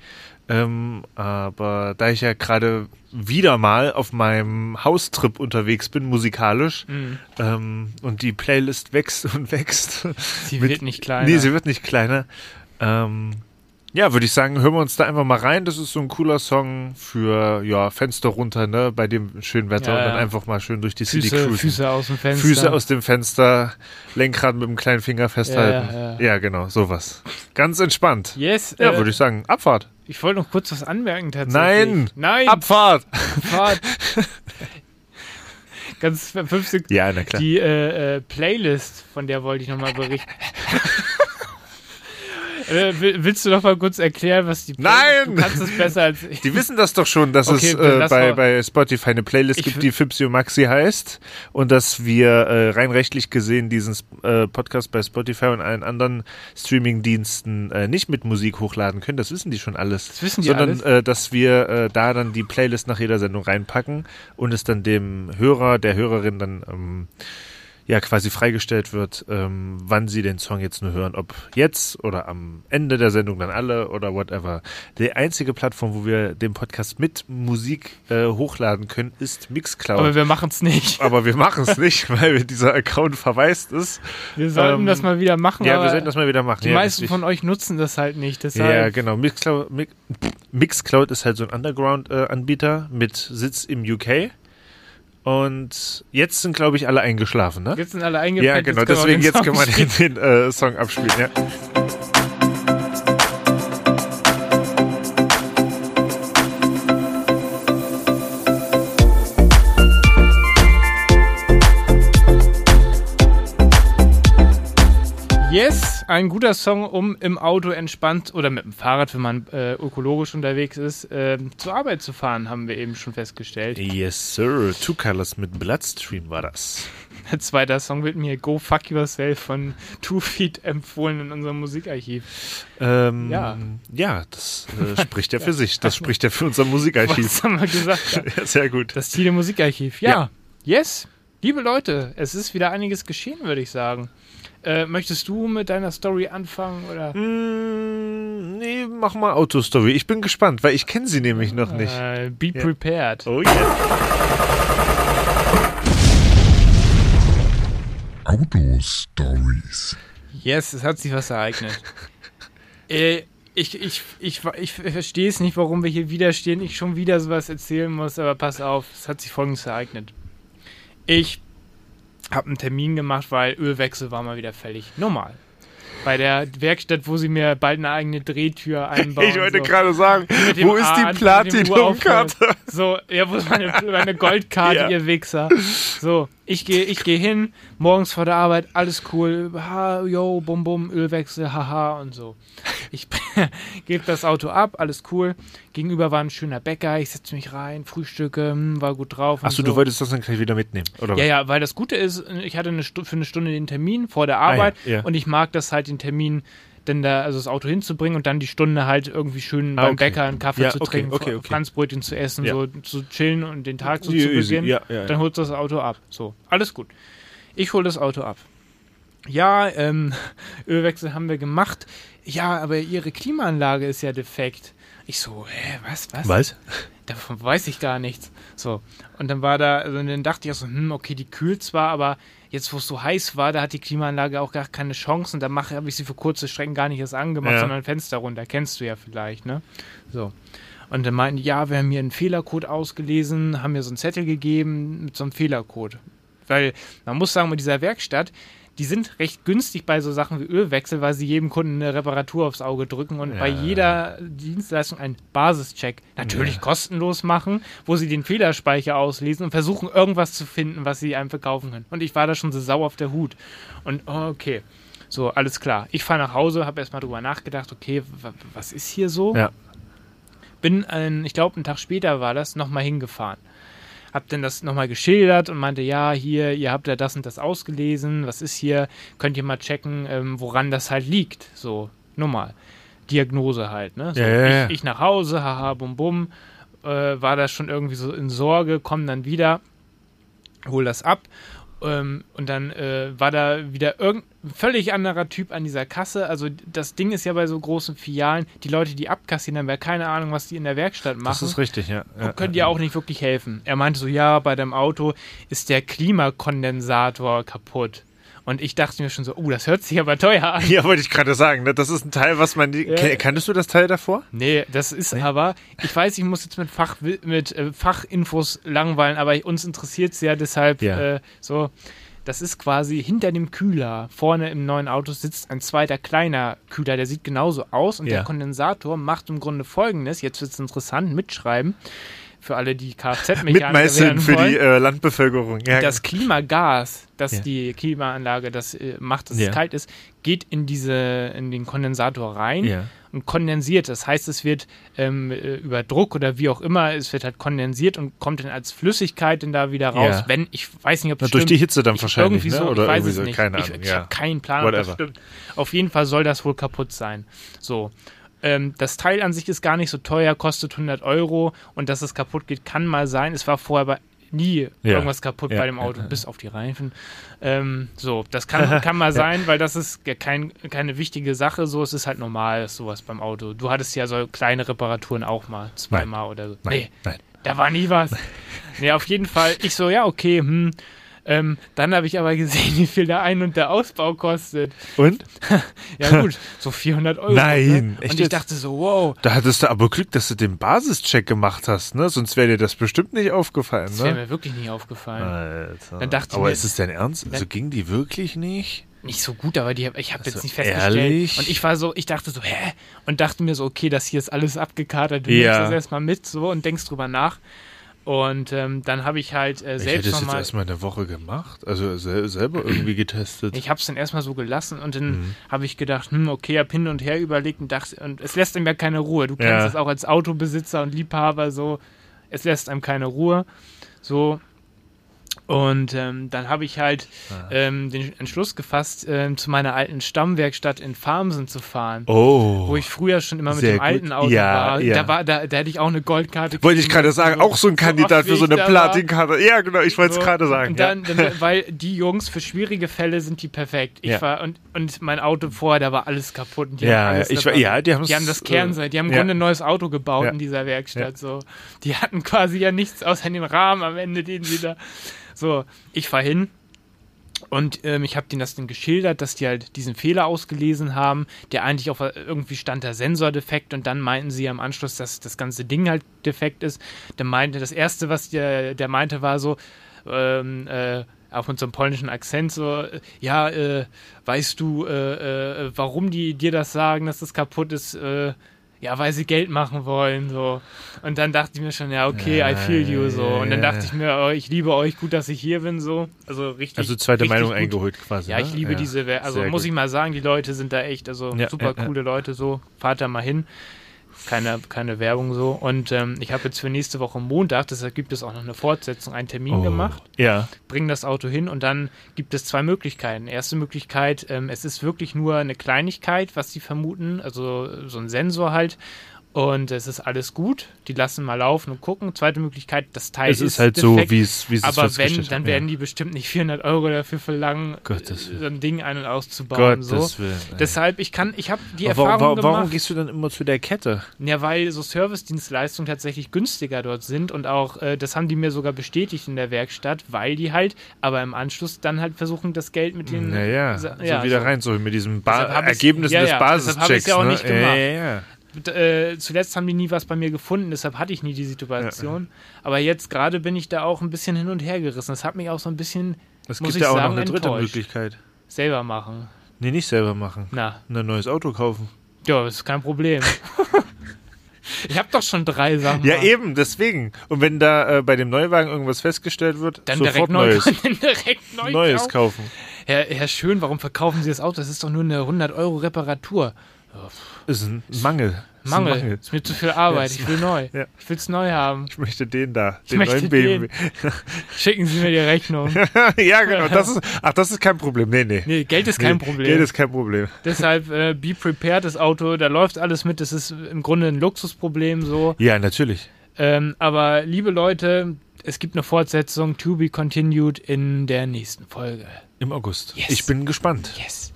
Speaker 2: Ähm, aber da ich ja gerade wieder mal auf meinem Haustrip unterwegs bin, musikalisch,
Speaker 1: Mhm.
Speaker 2: ähm, und die Playlist wächst und wächst.
Speaker 1: Sie
Speaker 2: mit-
Speaker 1: wird nicht kleiner.
Speaker 2: Nee, sie wird nicht kleiner. Ähm, ja, würde ich sagen, hören wir uns da einfach mal rein. Das ist so ein cooler Song für ja, Fenster runter, ne? Bei dem schönen Wetter
Speaker 1: Ja,
Speaker 2: und dann
Speaker 1: ja.
Speaker 2: einfach mal schön durch die City
Speaker 1: Füße,
Speaker 2: cruisen.
Speaker 1: Füße aus dem Fenster.
Speaker 2: Füße aus dem Fenster, Lenkrad mit dem kleinen Finger festhalten.
Speaker 1: Ja, ja.
Speaker 2: genau, sowas. Ganz entspannt.
Speaker 1: Yes,
Speaker 2: Ja,
Speaker 1: äh,
Speaker 2: würde ich sagen. Abfahrt.
Speaker 1: Ich wollte noch kurz was anmerken
Speaker 2: Nein!
Speaker 1: tatsächlich. Nein!
Speaker 2: Abfahrt!
Speaker 1: Abfahrt! Ganz fünf Sekunden.
Speaker 2: Ja, na klar.
Speaker 1: Die äh, äh, Playlist, von der wollte ich nochmal berichten. äh, will- willst du noch mal kurz erklären, was die Playlist
Speaker 2: Nein!
Speaker 1: Du kannst es besser als ich.
Speaker 2: Die wissen das doch schon, dass
Speaker 1: Okay,
Speaker 2: es
Speaker 1: dann
Speaker 2: äh,
Speaker 1: lass
Speaker 2: bei,
Speaker 1: mal.
Speaker 2: bei Spotify eine Playlist
Speaker 1: Ich w-
Speaker 2: gibt, die Fipsio Maxi heißt und dass wir äh, rein rechtlich gesehen diesen äh, Podcast bei Spotify und allen anderen Streaming-Diensten äh, nicht mit Musik hochladen können. Das wissen die schon alles.
Speaker 1: Das wissen die
Speaker 2: Sondern
Speaker 1: alles?
Speaker 2: Äh, dass wir äh, da dann die Playlist nach jeder Sendung reinpacken und es dann dem Hörer, der Hörerin dann ähm, ja quasi freigestellt wird, ähm, wann sie den Song jetzt nur hören, ob jetzt oder am Ende der Sendung dann alle oder whatever. Die einzige Plattform, wo wir den Podcast mit Musik äh, hochladen können, ist Mixcloud.
Speaker 1: Aber
Speaker 2: Aber wir,
Speaker 1: wir machen es nicht.
Speaker 2: machen es nicht, weil wir- dieser Account verwaist ist.
Speaker 1: Wir sollten
Speaker 2: Ähm,
Speaker 1: das mal wieder machen.
Speaker 2: Ja,
Speaker 1: aber
Speaker 2: wir sollten das mal wieder machen.
Speaker 1: die
Speaker 2: ja,
Speaker 1: meisten
Speaker 2: richtig.
Speaker 1: von euch nutzen das halt nicht.
Speaker 2: ja,
Speaker 1: Deshalb,
Speaker 2: genau. Mixcloud, Mi- Mixcloud ist halt so ein Underground-Anbieter mit Sitz im UK. Und jetzt sind, glaube ich, alle eingeschlafen, ne?
Speaker 1: jetzt sind alle eingepennt.
Speaker 2: Ja, genau.
Speaker 1: können wir den
Speaker 2: Deswegen jetzt
Speaker 1: Song
Speaker 2: kann man
Speaker 1: spielen.
Speaker 2: den, den äh, Song abspielen. Ja.
Speaker 1: Yes, ein guter Song, um im Auto entspannt oder mit dem Fahrrad, wenn man äh, ökologisch unterwegs ist, ähm, zur Arbeit zu fahren, haben wir eben schon festgestellt.
Speaker 2: Yes, sir. Two Colors mit Bloodstream war das.
Speaker 1: Der zweite Song wird mir Go Fuck Yourself von Two Feet empfohlen in unserem Musikarchiv.
Speaker 2: Ähm, ja.
Speaker 1: Ja.
Speaker 2: ja, das äh, spricht ja für sich. Das spricht ja für unser Musikarchiv.
Speaker 1: Was haben wir gesagt? Ja.
Speaker 2: Ja, sehr gut.
Speaker 1: Das Ziel Musikarchiv. Ja. yes, liebe Leute, es ist wieder einiges geschehen, würde ich sagen. Äh, möchtest du mit deiner Story anfangen oder?
Speaker 2: Mm, nee, mach mal Autostory. Ich bin gespannt, weil ich kenne sie nämlich noch nicht.
Speaker 1: Äh, be
Speaker 2: Ja.
Speaker 1: prepared.
Speaker 2: Oh yeah.
Speaker 3: Outdoor Stories.
Speaker 1: Yes, es hat sich was ereignet. äh, ich, ich, ich, ich verstehe es nicht, warum wir hier widerstehen. Ich schon wieder sowas erzählen muss, aber pass auf, es hat sich folgendes ereignet. Ich habe einen Termin gemacht, weil Ölwechsel war mal wieder fällig. Normal. Bei der Werkstatt, wo sie mir bald eine eigene Drehtür einbauen.
Speaker 2: Ich wollte
Speaker 1: so.
Speaker 2: gerade sagen,
Speaker 1: Mit dem
Speaker 2: wo ist
Speaker 1: A
Speaker 2: die
Speaker 1: an, mit dem U aufhört.
Speaker 2: Platinum-Karte?
Speaker 1: So, ja, wo ist meine, meine Goldkarte,
Speaker 2: Ja.
Speaker 1: ihr Wichser? So, ich gehe ich geh hin, morgens vor der Arbeit, alles cool, ha, yo, bum bum, Ölwechsel, haha und so. Ich gebe das Auto ab, alles cool. Gegenüber war ein schöner Bäcker, ich setze mich rein, Frühstücke, hm, war gut drauf. und
Speaker 2: Achso,
Speaker 1: so.
Speaker 2: du wolltest das dann gleich wieder mitnehmen, oder?
Speaker 1: Ja,
Speaker 2: was?
Speaker 1: ja, weil das Gute ist, ich hatte eine Stu- für eine Stunde den Termin vor der Arbeit
Speaker 2: Ah, ja, ja.
Speaker 1: und ich mag das halt den Termin denn da also das Auto hinzubringen und dann die Stunde halt irgendwie schön
Speaker 2: Ah,
Speaker 1: beim
Speaker 2: okay.
Speaker 1: Bäcker einen Kaffee
Speaker 2: Ja,
Speaker 1: zu
Speaker 2: okay,
Speaker 1: trinken,
Speaker 2: okay,
Speaker 1: Fra-
Speaker 2: okay.
Speaker 1: Franzbrötchen zu essen,
Speaker 2: Ja.
Speaker 1: so zu chillen und den Tag so
Speaker 2: Easy,
Speaker 1: zu beginnen.
Speaker 2: ja, ja, ja.
Speaker 1: Dann holst du das Auto ab. So, alles gut. Ich hole das Auto ab. Ja, ähm, Ölwechsel haben wir gemacht. Ja, aber ihre Klimaanlage ist ja defekt. Ich so, hä, was, was?
Speaker 2: Was?
Speaker 1: davon weiß ich gar nichts. So. Und dann war da, also dann dachte ich auch so, hm, okay, die kühlt zwar, aber jetzt, wo es so heiß war, da hat die Klimaanlage auch gar keine Chance und dann mache- habe ich sie für kurze Strecken gar nicht erst angemacht,
Speaker 2: Ja.
Speaker 1: sondern Fenster runter. Kennst du ja vielleicht, ne? So. Und dann meinten, die, ja, wir haben hier einen Fehlercode ausgelesen, haben mir so einen Zettel gegeben mit so einem Fehlercode. Weil man muss sagen, mit dieser Werkstatt, die sind recht günstig bei so Sachen wie Ölwechsel, weil sie jedem Kunden eine Reparatur aufs Auge drücken und bei
Speaker 2: Ja.
Speaker 1: jeder Dienstleistung einen Basischeck natürlich kostenlos machen, wo sie den Fehlerspeicher auslesen und versuchen, irgendwas zu finden, was sie einem verkaufen können. Und ich war da schon so sauer auf der Hut. Und oh, okay, so, alles klar. Ich fahre nach Hause, habe erstmal drüber nachgedacht, okay, w- w- was ist hier so?
Speaker 2: Ja.
Speaker 1: bin, ein, ich glaube, einen Tag später war das, nochmal hingefahren. Hab dann das nochmal geschildert und meinte, ja, hier, ihr habt ja das und das ausgelesen, was ist hier, könnt ihr mal checken, ähm, woran das halt liegt. So, nochmal. Diagnose halt, ne? So,
Speaker 2: Ja, ja, ja.
Speaker 1: Ich, ich nach Hause, haha, bum bum, äh, war da schon irgendwie so in Sorge, komm dann wieder, hol das ab. Ähm, und dann äh, war da wieder irgendein völlig anderer Typ an dieser Kasse. Also das Ding ist ja bei so großen Filialen, die Leute, die abkassieren, haben ja keine Ahnung, was die in der Werkstatt machen.
Speaker 2: Das ist richtig, ja. ja.
Speaker 1: und können dir auch nicht wirklich helfen. Er meinte so, ja, bei deinem Auto ist der Klimakondensator kaputt. Und ich dachte mir schon so, oh, das hört sich aber teuer an.
Speaker 2: Ja, wollte ich gerade sagen. ne, Das ist ein Teil, was man. Ken- Kanntest du das Teil davor?
Speaker 1: Nee, das ist aber, ich weiß, ich muss jetzt mit, Fach, mit äh, Fachinfos langweilen, aber ich- uns interessiert es ja deshalb
Speaker 2: Ja.
Speaker 1: Äh, so. Das ist quasi hinter dem Kühler, vorne im neuen Auto sitzt ein zweiter kleiner Kühler, der sieht genauso aus und
Speaker 2: Ja.
Speaker 1: der Kondensator macht im Grunde folgendes, jetzt wird es interessant, mitschreiben, für alle, die Kfz-Mechaniker
Speaker 2: Mitmeißeln
Speaker 1: werden
Speaker 2: für
Speaker 1: wollen.
Speaker 2: die äh, Landbevölkerung. Ja, genau.
Speaker 1: das Klimagas, das
Speaker 2: Ja.
Speaker 1: die Klimaanlage das äh, macht, dass
Speaker 2: Ja.
Speaker 1: es kalt ist, geht in diese in den Kondensator rein
Speaker 2: Ja.
Speaker 1: und kondensiert. Das heißt, es wird ähm, äh, über Druck oder wie auch immer, es wird halt kondensiert und kommt dann als Flüssigkeit dann da wieder raus.
Speaker 2: Ja.
Speaker 1: Wenn ich weiß nicht, ob
Speaker 2: Na,
Speaker 1: das
Speaker 2: durch
Speaker 1: stimmt.
Speaker 2: die Hitze dann
Speaker 1: Ich-
Speaker 2: wahrscheinlich,
Speaker 1: irgendwie
Speaker 2: ne?
Speaker 1: so,
Speaker 2: Oder
Speaker 1: ich weiß
Speaker 2: irgendwie
Speaker 1: es
Speaker 2: so,
Speaker 1: nicht.
Speaker 2: keine
Speaker 1: ich
Speaker 2: Ahnung,
Speaker 1: ich
Speaker 2: ja.
Speaker 1: habe keinen Plan, ob das
Speaker 2: Whatever.
Speaker 1: stimmt. Auf jeden Fall soll das wohl kaputt sein. So. Ähm, das Teil an sich ist gar nicht so teuer, kostet 100 Euro und dass es kaputt geht, kann mal sein. Es war vorher aber nie
Speaker 2: Ja.
Speaker 1: irgendwas kaputt
Speaker 2: Ja,
Speaker 1: bei dem
Speaker 2: ja,
Speaker 1: Auto, bis auf die Reifen. Ähm, so, das kann, kann mal sein, weil das ist ja kein, keine wichtige Sache. So, es ist halt normal, sowas beim Auto. Du hattest ja so kleine Reparaturen auch mal, zweimal oder so.
Speaker 2: Nein,
Speaker 1: nee,
Speaker 2: nein.
Speaker 1: da war nie was. Nee, auf jeden Fall. Ich so, ja, okay, hm. Ähm, dann habe ich aber gesehen, wie viel der Ein- und der Ausbau kostet.
Speaker 2: Und?
Speaker 1: Ja gut, so 400 Euro.
Speaker 2: Nein,
Speaker 1: ne?
Speaker 2: echt
Speaker 1: Und ich
Speaker 2: jetzt?
Speaker 1: dachte so, wow,
Speaker 2: Da hattest du aber Glück, dass du den Basischeck gemacht hast, ne? Sonst wäre dir das bestimmt nicht aufgefallen,
Speaker 1: das wäre
Speaker 2: ne?
Speaker 1: mir wirklich nicht aufgefallen.
Speaker 2: Alter.
Speaker 1: Dann dachte ich
Speaker 2: aber
Speaker 1: mir-
Speaker 2: ist es denn ernst? Also
Speaker 1: Dann-
Speaker 2: ging die wirklich nicht?
Speaker 1: Nicht so gut, aber die, hab- ich habe
Speaker 2: Also
Speaker 1: jetzt nicht festgestellt.
Speaker 2: ehrlich?
Speaker 1: Und ich war so, ich dachte so, hä? Und dachte mir so, okay, das hier ist alles abgekatert. Du
Speaker 2: Ja.
Speaker 1: nimmst das erstmal mit so und denkst drüber nach. Und ähm, dann habe ich halt äh,
Speaker 2: Ich hätte
Speaker 1: selbst
Speaker 2: das jetzt
Speaker 1: nochmal...
Speaker 2: erstmal eine Woche gemacht. Also sel selber irgendwie getestet.
Speaker 1: Ich habe es dann erstmal so gelassen und dann
Speaker 2: Mhm.
Speaker 1: habe ich gedacht, hm, okay, hab hin und her überlegt und dachte, und es lässt einem ja keine Ruhe. Du kennst
Speaker 2: Ja.
Speaker 1: es auch als Autobesitzer und Liebhaber so, es lässt einem keine Ruhe. So. Und ähm, dann habe ich halt
Speaker 2: Ah.
Speaker 1: ähm, den Entschluss gefasst, ähm, zu meiner alten Stammwerkstatt in Farmsen zu fahren.
Speaker 2: oh.
Speaker 1: Wo ich früher schon immer mit
Speaker 2: Sehr
Speaker 1: dem
Speaker 2: gut.
Speaker 1: alten Auto
Speaker 2: Ja,
Speaker 1: war.
Speaker 2: ja.
Speaker 1: Da, war da, da hätte ich auch eine Goldkarte.
Speaker 2: Wollte ich
Speaker 1: kriegen
Speaker 2: gerade
Speaker 1: müssen,
Speaker 2: sagen, auch so ein Kandidat
Speaker 1: oft wie
Speaker 2: für so
Speaker 1: ich
Speaker 2: eine
Speaker 1: da war.
Speaker 2: Platinkarte. Ja, genau, ich wollte es
Speaker 1: So,
Speaker 2: gerade sagen.
Speaker 1: Und
Speaker 2: ja.
Speaker 1: dann, dann, weil die Jungs für schwierige Fälle sind die perfekt. Ich
Speaker 2: Ja.
Speaker 1: war und, und mein Auto vorher, da war alles kaputt. Und die
Speaker 2: Ja,
Speaker 1: haben alles
Speaker 2: ich
Speaker 1: dabei.
Speaker 2: war- ja, die haben's,
Speaker 1: die haben das Kernsein, die haben im
Speaker 2: äh, ja.
Speaker 1: Grunde ein neues Auto gebaut
Speaker 2: Ja.
Speaker 1: in dieser Werkstatt. So, die hatten quasi ja nichts außer dem Rahmen am Ende, den sie da. So, ich fahr hin. Und ähm, ich habe denen das dann geschildert, dass die halt diesen Fehler ausgelesen haben, der eigentlich auch äh, irgendwie stand der Sensor defekt und dann meinten sie am Anschluss, dass das ganze Ding halt defekt ist. Dann meinte das erste, was der, der meinte, war so, ähm, äh, auch mit so einem polnischen Akzent so, äh, ja, äh, weißt du, äh, äh, warum die dir das sagen, dass das kaputt ist? Äh, ja, weil sie Geld machen wollen, so. Und dann dachte ich mir schon, ja, okay, I feel you, so. Und dann dachte ich mir, oh, ich liebe euch, gut, dass ich hier bin, so. Also richtig.
Speaker 2: also zweite
Speaker 1: richtig
Speaker 2: Meinung
Speaker 1: gut.
Speaker 2: eingeholt quasi.
Speaker 1: Ja,
Speaker 2: ne?
Speaker 1: ich liebe diese, Wer- also
Speaker 2: Sehr
Speaker 1: muss
Speaker 2: gut.
Speaker 1: ich mal sagen, die Leute sind da echt, also
Speaker 2: Ja,
Speaker 1: super
Speaker 2: ja, ja.
Speaker 1: coole Leute, so. Fahrt da mal hin. keine, keine Werbung so. Und ähm, ich habe jetzt für nächste Woche Montag, deshalb gibt es auch noch eine Fortsetzung, einen Termin
Speaker 2: Oh.
Speaker 1: gemacht.
Speaker 2: Ja.
Speaker 1: Bring das Auto hin und dann gibt es zwei Möglichkeiten. Erste Möglichkeit, ähm, es ist wirklich nur eine Kleinigkeit, was sie vermuten, also äh, so ein Sensor halt. Und es ist alles gut. Die lassen mal laufen und gucken. Zweite Möglichkeit, das Teil
Speaker 2: Es ist halt so,
Speaker 1: defekt,
Speaker 2: wie es wie es
Speaker 1: aber wenn,
Speaker 2: festgestellt
Speaker 1: dann
Speaker 2: haben.
Speaker 1: werden die bestimmt nicht 400 Euro dafür verlangen,
Speaker 2: Gottes
Speaker 1: so ein Ding ein- und auszubauen.
Speaker 2: Gottes
Speaker 1: so.
Speaker 2: Willen, ey.
Speaker 1: Deshalb, ich kann, ich habe die
Speaker 2: ja. Warum,
Speaker 1: Erfahrung
Speaker 2: warum,
Speaker 1: gemacht.
Speaker 2: warum gehst du dann immer zu der Kette?
Speaker 1: Ja, weil so Servicedienstleistungen tatsächlich günstiger dort sind und auch, äh, das haben die mir sogar bestätigt in der Werkstatt, weil die halt, aber im Anschluss dann halt versuchen, das Geld mit den.
Speaker 2: Naja,
Speaker 1: Sa-
Speaker 2: so wieder rein, so mit diesem ba
Speaker 1: Deshalb hab ich's-
Speaker 2: Ergebnissen
Speaker 1: ja,
Speaker 2: des
Speaker 1: ja, deshalb hab ich's
Speaker 2: Basischecks.
Speaker 1: ja auch
Speaker 2: ne?
Speaker 1: nicht
Speaker 2: Ja,
Speaker 1: gemacht.
Speaker 2: ja, ja.
Speaker 1: D- Äh, zuletzt haben die nie was bei mir gefunden, deshalb hatte ich nie die Situation. Aber jetzt gerade bin ich da auch ein bisschen hin und her gerissen. Das hat mich auch so ein bisschen.
Speaker 2: Es
Speaker 1: muss
Speaker 2: gibt
Speaker 1: ich
Speaker 2: ja auch
Speaker 1: sagen,
Speaker 2: noch eine dritte
Speaker 1: enttäuscht.
Speaker 2: Möglichkeit.
Speaker 1: Selber machen.
Speaker 2: Nee, nicht selber machen.
Speaker 1: Na,
Speaker 2: Ein neues Auto kaufen.
Speaker 1: ja, das ist kein Problem. ich habe doch schon drei Sachen.
Speaker 2: Ja, eh,
Speaker 1: Mann.
Speaker 2: eben, deswegen. Und wenn da äh, bei dem Neuwagen irgendwas festgestellt wird,
Speaker 1: Dann
Speaker 2: sofort
Speaker 1: direkt neu,
Speaker 2: Neues,
Speaker 1: dann direkt neu
Speaker 2: Neues
Speaker 1: kaufen.
Speaker 2: kaufen.
Speaker 1: Herr, Herr Schön, warum verkaufen Sie das Auto? Das ist doch nur eine 100-Euro-Reparatur.
Speaker 2: Ist ein Mangel. Ist ein
Speaker 1: Mangel. Ist mir zu viel Arbeit.
Speaker 2: Ja,
Speaker 1: ich will neu.
Speaker 2: ja.
Speaker 1: Ich will's neu haben.
Speaker 2: Ich möchte den da, den
Speaker 1: möchte
Speaker 2: neuen BMW.
Speaker 1: Schicken Sie mir die Rechnung.
Speaker 2: ja, genau. Das ist, ach, das ist kein Problem. Nee, nee.
Speaker 1: Nee, Geld ist kein
Speaker 2: Nee,
Speaker 1: Problem.
Speaker 2: Geld ist kein Problem.
Speaker 1: Deshalb äh, be prepared, das Auto. Da läuft alles mit. Das ist im Grunde ein Luxusproblem so.
Speaker 2: Ja, natürlich.
Speaker 1: Ähm, aber liebe Leute, es gibt eine Fortsetzung. To be continued in der nächsten Folge.
Speaker 2: Im August.
Speaker 1: Yes.
Speaker 2: Ich bin gespannt.
Speaker 1: Yes.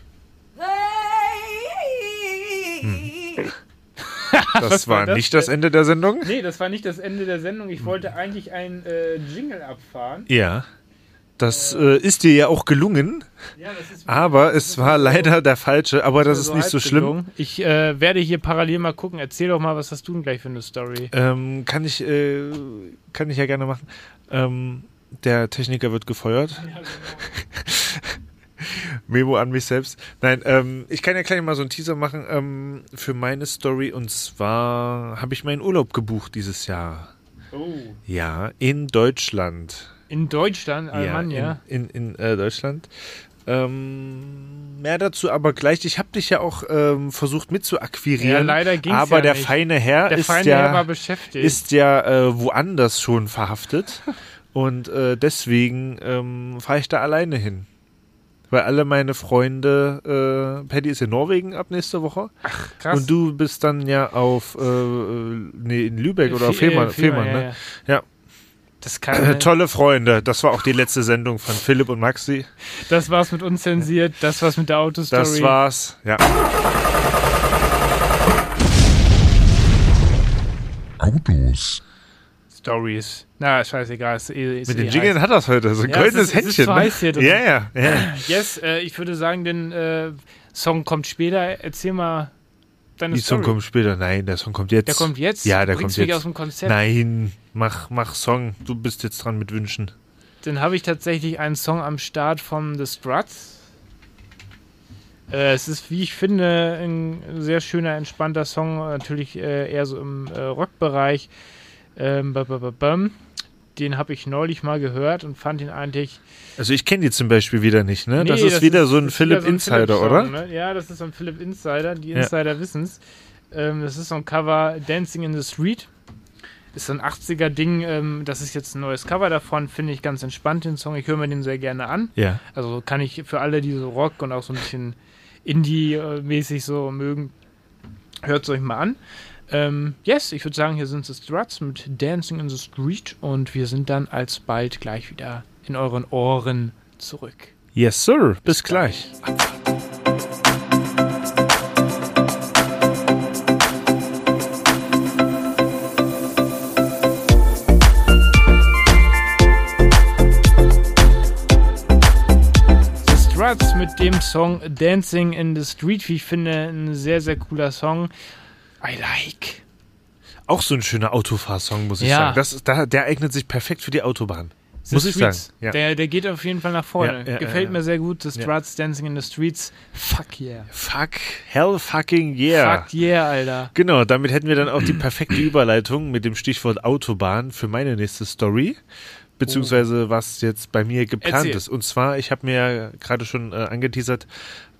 Speaker 2: Das
Speaker 1: Was war
Speaker 2: war
Speaker 1: das
Speaker 2: nicht das
Speaker 1: denn?
Speaker 2: Ende der Sendung.
Speaker 1: Nee, das war nicht das Ende der Sendung. Ich wollte
Speaker 2: Mhm.
Speaker 1: eigentlich einen äh, Jingle abfahren.
Speaker 2: Ja. Das äh, ist dir ja auch gelungen,
Speaker 1: Ja, das ist
Speaker 2: aber es war leider der falsche. Aber Ah, das ist nicht so schlimm.
Speaker 1: Ich äh, werde hier parallel mal gucken. Erzähl doch mal, was hast du denn gleich für eine Story?
Speaker 2: Ähm, kann ich, äh, kann ich ja gerne machen. Ähm, der Techniker wird gefeuert.
Speaker 1: genau.
Speaker 2: Memo an mich selbst. Nein, ähm, ich kann ja gleich mal so einen Teaser machen ähm, für meine Story. Und zwar habe ich meinen Urlaub gebucht dieses Jahr.
Speaker 1: Oh.
Speaker 2: Ja, in Deutschland.
Speaker 1: In Deutschland, Alemannia.
Speaker 2: In, in, in äh, Deutschland. Ähm, mehr dazu aber gleich. Ich habe dich ja auch ähm, versucht mitzuakquirieren.
Speaker 1: Ja, leider ging's
Speaker 2: Aber
Speaker 1: ja
Speaker 2: der
Speaker 1: nicht.
Speaker 2: feine Herr
Speaker 1: Der
Speaker 2: ist
Speaker 1: Feinde
Speaker 2: ja
Speaker 1: war beschäftigt.
Speaker 2: ist ja äh, woanders schon verhaftet und äh, deswegen ähm, fahre ich da alleine hin. Weil alle meine Freunde, äh, Paddy ist in Norwegen ab nächste Woche
Speaker 1: krass.
Speaker 2: und du bist dann ja auf, äh, äh, nee, in Lübeck oder auf
Speaker 1: Fe- äh,
Speaker 2: Fehmarn, Fehmarn,
Speaker 1: ja,
Speaker 2: ne?
Speaker 1: Ja.
Speaker 2: Ja.
Speaker 1: Das kann.
Speaker 2: Tolle Freunde, das war auch die letzte Sendung von Philipp und Maxi.
Speaker 1: Das war's mit unzensiert. Das war's mit der Autostory.
Speaker 2: Das war's. Ja.
Speaker 3: Autos,
Speaker 1: Stories. Na, scheißegal. Ist, eh- ist
Speaker 2: Mit
Speaker 1: eh
Speaker 2: den Jingeln
Speaker 1: heiß.
Speaker 2: hat das heute, so ein
Speaker 1: Ja, es
Speaker 2: goldenes
Speaker 1: ist- es ist
Speaker 2: Händchen.
Speaker 1: zu
Speaker 2: ne?
Speaker 1: heiß hier drin.
Speaker 2: ja, ja, ja.
Speaker 1: Yes, äh, ich würde sagen, den äh, Song kommt später. Erzähl mal deine
Speaker 2: Die Song
Speaker 1: Story.
Speaker 2: kommt später. Nein, der Song kommt jetzt.
Speaker 1: der kommt jetzt.
Speaker 2: Ja, der
Speaker 1: Du
Speaker 2: kommt
Speaker 1: bringst
Speaker 2: jetzt.
Speaker 1: mich aus dem Konzept.
Speaker 2: Nein, mach, mach Song. Du bist jetzt dran mit Wünschen.
Speaker 1: Dann habe ich tatsächlich einen Song am Start von The Struts. Äh, es ist, wie ich finde, ein sehr schöner, entspannter Song. Natürlich äh, eher so im äh, Rockbereich. Ähm, ba, ba, ba, bam. Den habe ich neulich mal gehört und fand ihn eigentlich.
Speaker 2: Also ich kenne die zum Beispiel wieder nicht, ne?
Speaker 1: Nee,
Speaker 2: das ist wieder so ein
Speaker 1: das ist wieder
Speaker 2: Philipp Insider, oder?
Speaker 1: Philipp-Song, Ne? Ja, das ist so ein Philipp Insider. Die
Speaker 2: Ja.
Speaker 1: Insider wissen's. Ähm, das ist so ein Cover Dancing in the Street. Ist so ein 80er-Ding. Ähm, das ist jetzt ein neues Cover davon. Finde ich ganz entspannt, den Song. Ich höre mir den sehr gerne an.
Speaker 2: Ja.
Speaker 1: Also kann ich für alle, die so Rock und auch so ein bisschen Indie-mäßig so mögen, hört es euch mal an. Ähm, yes, ich würde sagen, hier sind die Struts mit Dancing in the Street und wir sind dann alsbald gleich wieder in euren Ohren zurück.
Speaker 2: Yes, sir. Bis gleich.
Speaker 1: The Struts mit dem Song Dancing in the Street, wie ich finde, ein sehr, sehr cooler Song. I like.
Speaker 2: Auch so ein schöner Autofahrsong, muss ich
Speaker 1: Ja.
Speaker 2: sagen. Das, ist- da, der eignet sich perfekt für die Autobahn.
Speaker 1: The
Speaker 2: muss ich
Speaker 1: Streets.
Speaker 2: sagen. Ja.
Speaker 1: Der, der geht auf jeden Fall nach vorne.
Speaker 2: Ja, ja,
Speaker 1: Gefällt
Speaker 2: ja, ja.
Speaker 1: mir sehr gut. The
Speaker 2: Ja.
Speaker 1: Struts, Dancing in the Streets. Fuck yeah.
Speaker 2: Fuck, hell fucking yeah.
Speaker 1: Fuck yeah, Alter.
Speaker 2: Genau, damit hätten wir dann auch die perfekte Überleitung mit dem Stichwort Autobahn für meine nächste Story. Beziehungsweise was jetzt bei mir geplant
Speaker 1: Oh. Erzähl.
Speaker 2: ist. Und zwar, ich habe mir ja gerade schon äh, angeteasert,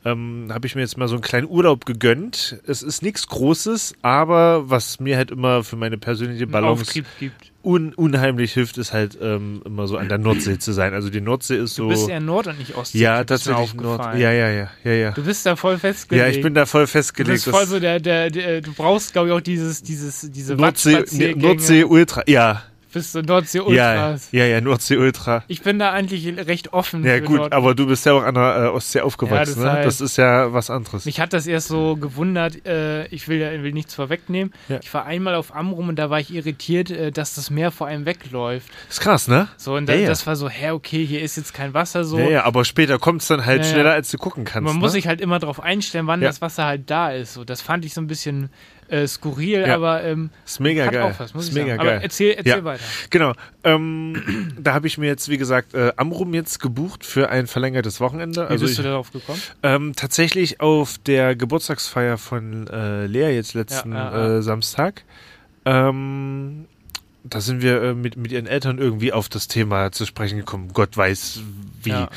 Speaker 2: ähm, habe ich mir jetzt mal so einen kleinen Urlaub gegönnt. Es ist nichts Großes, aber was mir halt immer für meine persönliche Balance
Speaker 1: Auftrieb gibt.
Speaker 2: un unheimlich hilft, ist halt ähm, immer so an der Nordsee zu sein. Also die Nordsee ist
Speaker 1: Du
Speaker 2: so.
Speaker 1: bist eher Nord- und nicht Ostsee.
Speaker 2: ja,
Speaker 1: das ist mir
Speaker 2: tatsächlich
Speaker 1: aufgefallen.
Speaker 2: Nord. Ja, ja, ja, ja, ja.
Speaker 1: Du bist da voll
Speaker 2: Ja,
Speaker 1: festgelegt.
Speaker 2: ich bin da voll
Speaker 1: Du
Speaker 2: festgelegt.
Speaker 1: bist voll
Speaker 2: dass
Speaker 1: so der, der, der du brauchst, glaube ich, auch dieses, dieses, diese
Speaker 2: Nordsee, nee,
Speaker 1: Wattspaziergänge.
Speaker 2: Nordsee Ultra. Ja,
Speaker 1: Bist du Nordsee
Speaker 2: ja,
Speaker 1: Ultras.
Speaker 2: ja, ja, Nordsee Ultra.
Speaker 1: Ich bin da eigentlich recht offen.
Speaker 2: Ja,
Speaker 1: für
Speaker 2: gut,
Speaker 1: Nord
Speaker 2: aber du bist ja auch an der äh, Ostsee aufgewachsen,
Speaker 1: das
Speaker 2: ne?
Speaker 1: heißt-
Speaker 2: Das ist ja was anderes.
Speaker 1: Mich hat das erst so gewundert, äh, ich will, ja- will nichts vorwegnehmen.
Speaker 2: Ja.
Speaker 1: Ich war einmal auf Amrum und da war ich irritiert, äh, dass das Meer vor einem wegläuft.
Speaker 2: ist krass, ne?
Speaker 1: So, und da,
Speaker 2: Ja, ja.
Speaker 1: das war so, hä, okay, hier ist jetzt kein Wasser so.
Speaker 2: ja, ja, aber später kommt es dann halt
Speaker 1: Ja, ja.
Speaker 2: schneller, als du gucken kannst.
Speaker 1: Man muss
Speaker 2: ne?
Speaker 1: sich halt immer darauf einstellen, wann
Speaker 2: Ja.
Speaker 1: das Wasser halt da ist. So, das fand ich so ein bisschen äh, skurril,
Speaker 2: Ja.
Speaker 1: aber ähm,
Speaker 2: ist mega
Speaker 1: hat
Speaker 2: geil.
Speaker 1: auch was, muss
Speaker 2: ist
Speaker 1: ich
Speaker 2: mega
Speaker 1: sagen.
Speaker 2: geil.
Speaker 1: Aber erzähl, erzähl
Speaker 2: Ja.
Speaker 1: weiter.
Speaker 2: Genau. Ähm, da habe ich mir jetzt, wie gesagt, äh, Amrum jetzt gebucht für ein verlängertes Wochenende.
Speaker 1: Wie
Speaker 2: also
Speaker 1: bist
Speaker 2: ich,
Speaker 1: du darauf gekommen?
Speaker 2: Ähm, tatsächlich auf der Geburtstagsfeier von äh, Lea jetzt letzten
Speaker 1: Ja, ja, ja.
Speaker 2: Äh, Samstag. Ähm, da sind wir äh, mit, mit ihren Eltern irgendwie auf das Thema zu sprechen gekommen. Gott weiß wie.
Speaker 1: Ja.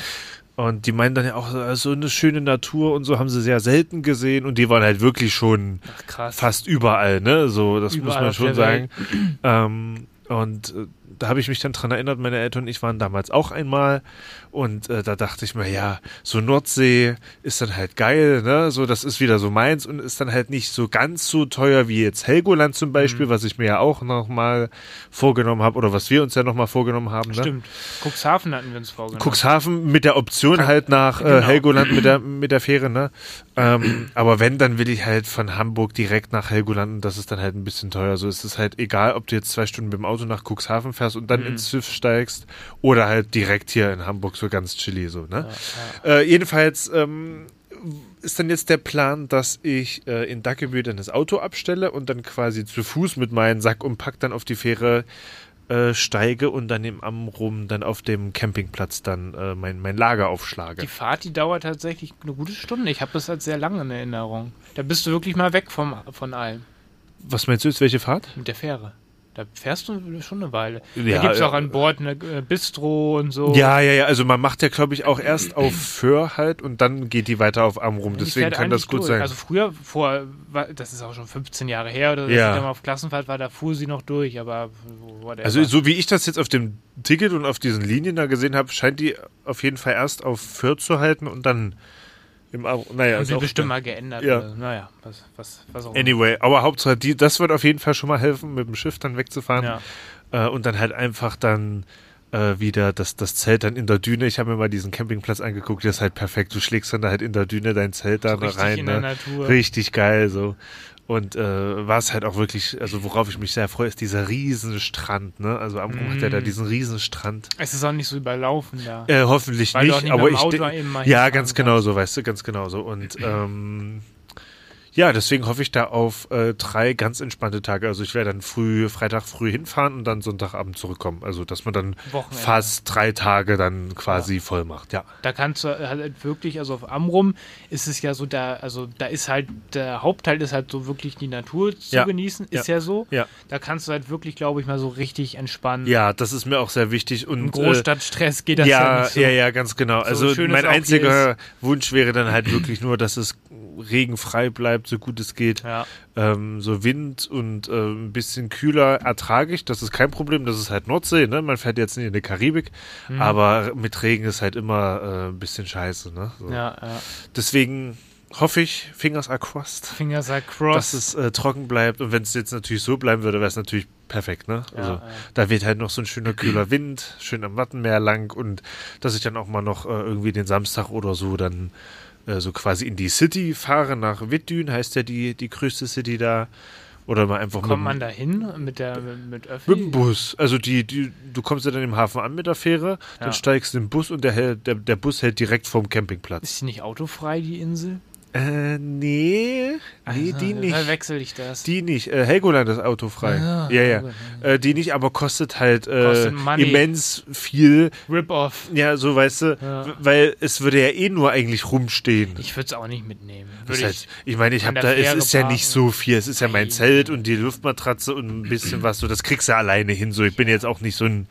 Speaker 2: Und die meinen dann ja auch, äh, so eine schöne Natur und so haben sie sehr selten gesehen und die waren halt wirklich schon
Speaker 1: Ach, krass.
Speaker 2: fast überall, ne? So, das
Speaker 1: Überall
Speaker 2: muss man
Speaker 1: auf
Speaker 2: schon
Speaker 1: der
Speaker 2: sagen.
Speaker 1: Welt.
Speaker 2: Ähm, und äh, da habe ich mich dann dran erinnert, meine Eltern und ich waren damals auch einmal und äh, da dachte ich mir, ja, so Nordsee ist dann halt geil, ne? So, das ist wieder so meins und ist dann halt nicht so ganz so teuer wie jetzt Helgoland zum Beispiel,
Speaker 1: Mhm.
Speaker 2: was ich mir ja auch nochmal vorgenommen habe oder was wir uns ja nochmal vorgenommen haben, ne?
Speaker 1: Stimmt. Cuxhaven hatten wir uns vorgenommen.
Speaker 2: Cuxhaven mit der Option halt nach äh,
Speaker 1: genau.
Speaker 2: Helgoland mit der, mit der Fähre, ne? Ähm, aber wenn, dann will ich halt von Hamburg direkt nach Helgoland und das ist dann halt ein bisschen teuer. So es ist halt egal, ob du jetzt zwei Stunden mit dem Auto nach Cuxhaven fährst und dann ins Schiff steigst oder halt direkt hier in Hamburg so ganz chilly so, ne? Äh, jedenfalls ähm, ist dann jetzt der Plan, dass ich äh, in Dackebühl dann das Auto abstelle und dann quasi zu Fuß mit meinem Sack und Pack dann auf die Fähre äh, steige und dann im Amrum dann auf dem Campingplatz dann äh, mein, mein Lager aufschlage.
Speaker 1: Die Fahrt, die dauert tatsächlich eine gute Stunde. Ich habe das als sehr lange in Erinnerung. Da bist du wirklich mal weg vom, von allem.
Speaker 2: Was meinst du jetzt, welche Fahrt?
Speaker 1: Mit der Fähre. Da fährst du schon eine Weile.
Speaker 2: Ja,
Speaker 1: da gibt es auch
Speaker 2: ja.
Speaker 1: an Bord eine äh, Bistro und so.
Speaker 2: Ja, ja, ja, also man macht ja, glaube ich, auch erst auf Föhr halt und dann geht die weiter auf Amrum.
Speaker 1: Die
Speaker 2: Deswegen
Speaker 1: fährt
Speaker 2: kann das
Speaker 1: eigentlich
Speaker 2: gut
Speaker 1: durch.
Speaker 2: sein.
Speaker 1: Also früher, vor, war- das ist auch schon 15 Jahre her, oder dass
Speaker 2: Ja.
Speaker 1: ich da mal auf Klassenfahrt war, da fuhr sie noch durch, aber whatever.
Speaker 2: Also so wie ich das jetzt auf dem Ticket und auf diesen Linien da gesehen habe, scheint die auf jeden Fall erst auf Fürth zu halten und dann im Au- Naja,
Speaker 1: haben
Speaker 2: ist
Speaker 1: sie
Speaker 2: auch-
Speaker 1: bestimmt mal geändert.
Speaker 2: Ja.
Speaker 1: oder- Naja, was, was, was auch immer.
Speaker 2: Anyway, aber Hauptsache, die, das wird auf jeden Fall schon mal helfen, mit dem Schiff dann wegzufahren
Speaker 1: Ja.
Speaker 2: äh, und dann halt einfach dann äh, wieder das, das Zelt dann in der Düne. Ich habe mir mal diesen Campingplatz angeguckt, der ist halt perfekt. Du schlägst dann da halt in der Düne dein Zelt da
Speaker 1: So richtig
Speaker 2: rein.
Speaker 1: in
Speaker 2: ne?
Speaker 1: der Natur.
Speaker 2: Richtig geil so. Und äh, war es halt auch wirklich, also worauf ich mich sehr freue, ist dieser Riesenstrand. Ne? Also am mm. hat er da diesen Riesenstrand.
Speaker 1: Es ist auch nicht so überlaufen da.
Speaker 2: Äh, hoffentlich
Speaker 1: Weil du auch
Speaker 2: nicht,
Speaker 1: nicht
Speaker 2: aber
Speaker 1: mit dem
Speaker 2: ich
Speaker 1: Auto
Speaker 2: de-
Speaker 1: eben mal
Speaker 2: ja
Speaker 1: hinfahren
Speaker 2: ganz genau so, weißt du, ganz genau so und ähm, ja, deswegen hoffe ich da auf äh, drei ganz entspannte Tage. Also ich werde dann früh Freitag früh hinfahren und dann Sonntagabend zurückkommen. Also dass man dann
Speaker 1: Wochenende.
Speaker 2: fast drei Tage dann quasi voll macht. Ja,
Speaker 1: Da kannst du halt wirklich, also auf Amrum ist es ja so, da, also da ist halt, der Hauptteil ist halt so wirklich die Natur zu
Speaker 2: Ja.
Speaker 1: genießen, ist
Speaker 2: Ja.
Speaker 1: ja, so.
Speaker 2: Ja.
Speaker 1: Da kannst du halt wirklich, glaube ich, mal so richtig entspannen.
Speaker 2: ja, das ist mir auch sehr wichtig und äh,
Speaker 1: Im Großstadtstress geht das ja,
Speaker 2: ja,
Speaker 1: nicht so.
Speaker 2: ja, ja, ganz genau.
Speaker 1: So
Speaker 2: Also
Speaker 1: schön es
Speaker 2: mein
Speaker 1: auch hier
Speaker 2: einziger Wunsch wäre dann halt wirklich nur, dass es regenfrei bleibt, so gut es geht.
Speaker 1: Ja.
Speaker 2: Ähm, so Wind und äh, ein bisschen kühler ertrage ich, das ist kein Problem, das ist halt Nordsee, ne? Man fährt jetzt nicht in die Karibik, aber mit Regen ist halt immer äh, ein bisschen scheiße, ne? So.
Speaker 1: Ja, ja.
Speaker 2: Deswegen hoffe ich, fingers are crossed,
Speaker 1: Fingers are
Speaker 2: dass
Speaker 1: crossed.
Speaker 2: es äh, trocken bleibt und wenn es jetzt natürlich so bleiben würde, wäre es natürlich perfekt, ne? also
Speaker 1: ja.
Speaker 2: da weht halt noch so ein schöner kühler Wind, schön am Wattenmeer lang und dass ich dann auch mal noch äh, irgendwie den Samstag oder so dann äh, so quasi in die City fahre, nach Wittdün heißt ja die, die größte City da. Oder mal einfach
Speaker 1: Kommt man
Speaker 2: mit,
Speaker 1: da hin mit der mit, mit
Speaker 2: mit dem
Speaker 1: Öffi?
Speaker 2: Bus. Also die, die, du kommst ja dann im Hafen an mit der Fähre, dann
Speaker 1: Ja.
Speaker 2: steigst du in den Bus und der, hält, der, der Bus hält direkt vorm Campingplatz.
Speaker 1: Ist die nicht autofrei, die Insel?
Speaker 2: Äh, nee, nee,
Speaker 1: Also,
Speaker 2: die nicht.
Speaker 1: Verwechsel ich das.
Speaker 2: Die nicht. Äh, Helgoland ist autofrei.
Speaker 1: Ah,
Speaker 2: ja, ja.
Speaker 1: Helgoland,
Speaker 2: Äh, die nicht, aber kostet halt äh,
Speaker 1: Kostet Money.
Speaker 2: immens viel.
Speaker 1: Rip-Off.
Speaker 2: Ja, so weißt du,
Speaker 1: Ja.
Speaker 2: w- weil es würde ja eh nur eigentlich rumstehen.
Speaker 1: Ich würde es auch nicht mitnehmen.
Speaker 2: Das
Speaker 1: Würde
Speaker 2: heißt,
Speaker 1: ich,
Speaker 2: ich meine, ich
Speaker 1: an
Speaker 2: habe da,
Speaker 1: der
Speaker 2: es
Speaker 1: Fähre
Speaker 2: ist ja nicht
Speaker 1: parken.
Speaker 2: so viel. Es ist ja mein
Speaker 1: Nein.
Speaker 2: Zelt und die Luftmatratze und ein bisschen was. So, das kriegst du alleine hin. So, ich bin jetzt auch nicht so ein.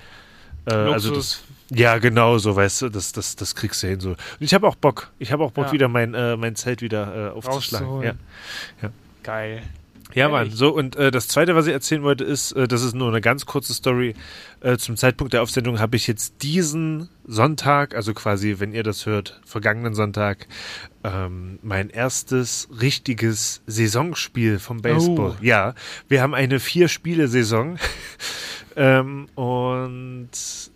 Speaker 2: Äh, also das, Ja, genau, so, weißt du, das, das, das kriegst du hin. So. Und ich habe auch Bock. Ich habe auch Bock,
Speaker 1: Ja.
Speaker 2: wieder mein, äh, mein Zelt wieder äh, aufzuschlagen.
Speaker 1: Rauszuholen.
Speaker 2: Ja.
Speaker 1: Geil.
Speaker 2: Ja, Mann.
Speaker 1: Ehrlich?
Speaker 2: So, und äh, das Zweite, was ich erzählen wollte, ist, äh, das ist nur eine ganz kurze Story. Äh, zum Zeitpunkt der Aufsendung habe ich jetzt diesen Sonntag, also quasi, wenn ihr das hört, vergangenen Sonntag, ähm, mein erstes richtiges Saisonspiel vom Baseball.
Speaker 1: Oh.
Speaker 2: Ja, wir haben eine Vier-Spiele-Saison. ähm, und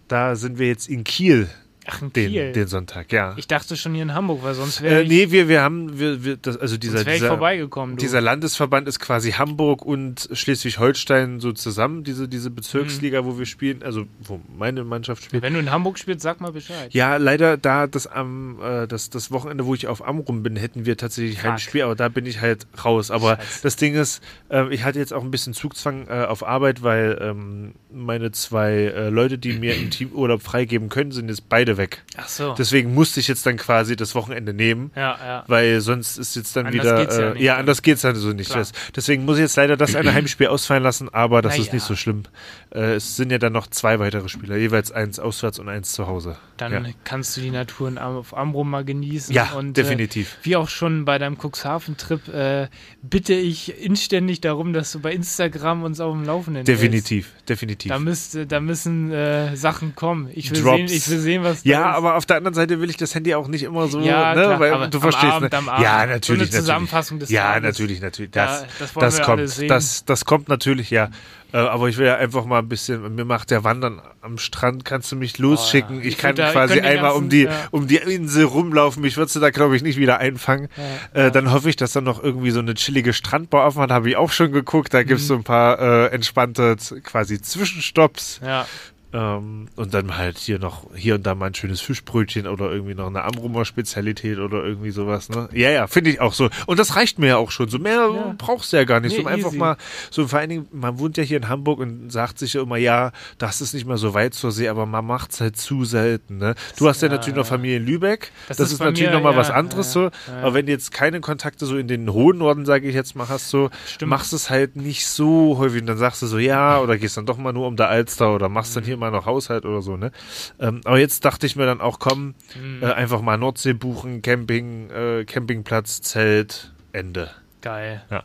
Speaker 2: da sind wir jetzt in Kiel,
Speaker 1: Ach, ein
Speaker 2: den,
Speaker 1: Kiel.
Speaker 2: den Sonntag, ja.
Speaker 1: ich dachte schon hier in Hamburg, weil sonst wäre
Speaker 2: äh,
Speaker 1: ich,
Speaker 2: nee, wir, wir haben, wir, wir, das, also dieser,
Speaker 1: sonst wär ich
Speaker 2: dieser,
Speaker 1: vorbeigekommen. Du.
Speaker 2: dieser Landesverband ist quasi Hamburg und Schleswig-Holstein so zusammen, diese, diese Bezirksliga,
Speaker 1: Mhm.
Speaker 2: wo wir spielen, also wo meine Mannschaft spielt.
Speaker 1: Wenn du in Hamburg spielst, sag mal Bescheid.
Speaker 2: Ja, leider da das am äh, das, das Wochenende, wo ich auf Amrum bin, hätten wir tatsächlich kein
Speaker 1: Fuck.
Speaker 2: Spiel, aber da bin ich halt raus. Aber
Speaker 1: Scheiße.
Speaker 2: das Ding ist, äh, ich hatte jetzt auch ein bisschen Zugzwang äh, auf Arbeit, weil ähm, meine zwei äh, Leute, die mir im Teamurlaub freigeben können, sind jetzt beide weg.
Speaker 1: Ach so.
Speaker 2: Deswegen musste ich jetzt dann quasi das Wochenende nehmen.
Speaker 1: ja, ja.
Speaker 2: Weil sonst ist jetzt dann
Speaker 1: Anders
Speaker 2: wieder.
Speaker 1: geht's ja
Speaker 2: äh,
Speaker 1: nicht. ne?
Speaker 2: ja, anders geht's dann so nicht.
Speaker 1: Klar.
Speaker 2: Das, deswegen muss ich jetzt leider das eine Heimspiel ausfallen lassen, aber das ist
Speaker 1: Naja.
Speaker 2: nicht so schlimm. Äh, es sind ja dann noch zwei weitere Spieler, jeweils eins auswärts und eins zu Hause.
Speaker 1: Dann
Speaker 2: ja.
Speaker 1: kannst du die Natur in Am- auf Amrum mal genießen.
Speaker 2: Ja,
Speaker 1: und,
Speaker 2: definitiv.
Speaker 1: Äh, wie auch schon bei deinem Cuxhaven-Trip äh, bitte ich inständig darum, dass du bei Instagram uns auf dem Laufenden hältst.
Speaker 2: Definitiv, definitiv.
Speaker 1: Da, müsste, da müssen äh, Sachen kommen. Ich will,
Speaker 2: Drops.
Speaker 1: sehen, ich will sehen, was da
Speaker 2: ja,
Speaker 1: ist.
Speaker 2: aber auf der anderen Seite will ich das Handy auch nicht immer so,
Speaker 1: Ja,
Speaker 2: ne,
Speaker 1: klar,
Speaker 2: weil
Speaker 1: aber
Speaker 2: du
Speaker 1: am
Speaker 2: verstehst.
Speaker 1: Abend,
Speaker 2: ne?
Speaker 1: am Abend.
Speaker 2: Ja,
Speaker 1: So eine
Speaker 2: natürlich. natürlich.
Speaker 1: Zusammenfassung des
Speaker 2: Ja,
Speaker 1: Tages.
Speaker 2: natürlich, natürlich. Das,
Speaker 1: Ja, das wollen
Speaker 2: das
Speaker 1: wir alle
Speaker 2: kommt.
Speaker 1: sehen.
Speaker 2: Das, das kommt natürlich, ja. Äh, Aber ich will ja einfach mal ein bisschen, mir macht der Wandern am Strand, kannst du mich losschicken.
Speaker 1: ja.
Speaker 2: Ich
Speaker 1: Ich
Speaker 2: kann
Speaker 1: würd da- ich
Speaker 2: quasi
Speaker 1: könnte den
Speaker 2: einmal um
Speaker 1: ganzen-
Speaker 2: die,
Speaker 1: ja.
Speaker 2: um die Insel rumlaufen. Mich würdest du da, glaube ich, nicht wieder einfangen.
Speaker 1: Ja,
Speaker 2: äh, dann hoffe ich, dass dann noch irgendwie so eine chillige Strandbar offen hat. Habe ich auch schon geguckt. Da gibt's
Speaker 1: Mhm.
Speaker 2: so ein paar äh, entspannte quasi Zwischenstopps.
Speaker 1: Ja,
Speaker 2: Ähm, und dann halt hier noch, hier und da mal ein schönes Fischbrötchen oder irgendwie noch eine Amrumer Spezialität oder irgendwie sowas, ne? Ja, ja, finde ich auch so. Und das reicht mir ja auch schon. So mehr
Speaker 1: Ja.
Speaker 2: brauchst du ja gar nicht.
Speaker 1: Nee,
Speaker 2: so um einfach
Speaker 1: easy.
Speaker 2: mal, so vor allen Dingen, man wohnt ja hier in Hamburg und sagt sich ja immer, ja, das ist nicht mehr so weit zur See, aber man macht's halt zu selten, ne? Du hast ja,
Speaker 1: Ja,
Speaker 2: natürlich
Speaker 1: ja.
Speaker 2: noch Familie in Lübeck. Das,
Speaker 1: Das
Speaker 2: ist,
Speaker 1: ist bei
Speaker 2: natürlich
Speaker 1: mir,
Speaker 2: nochmal
Speaker 1: ja,
Speaker 2: was anderes
Speaker 1: ja,
Speaker 2: so.
Speaker 1: ja.
Speaker 2: Aber wenn du jetzt keine Kontakte so in den hohen Norden, sage ich jetzt mal, hast so,
Speaker 1: Stimmt.
Speaker 2: machst es halt nicht so häufig. Und dann sagst du so, ja, oder gehst dann doch mal nur um der Alster oder machst
Speaker 1: Mhm.
Speaker 2: dann hier mal noch Haushalt oder so, ne? Ähm, aber jetzt dachte ich mir dann auch, komm,
Speaker 1: Mhm.
Speaker 2: äh, einfach mal Nordsee buchen, Camping, äh, Campingplatz, Zelt, Ende.
Speaker 1: geil.
Speaker 2: Ja.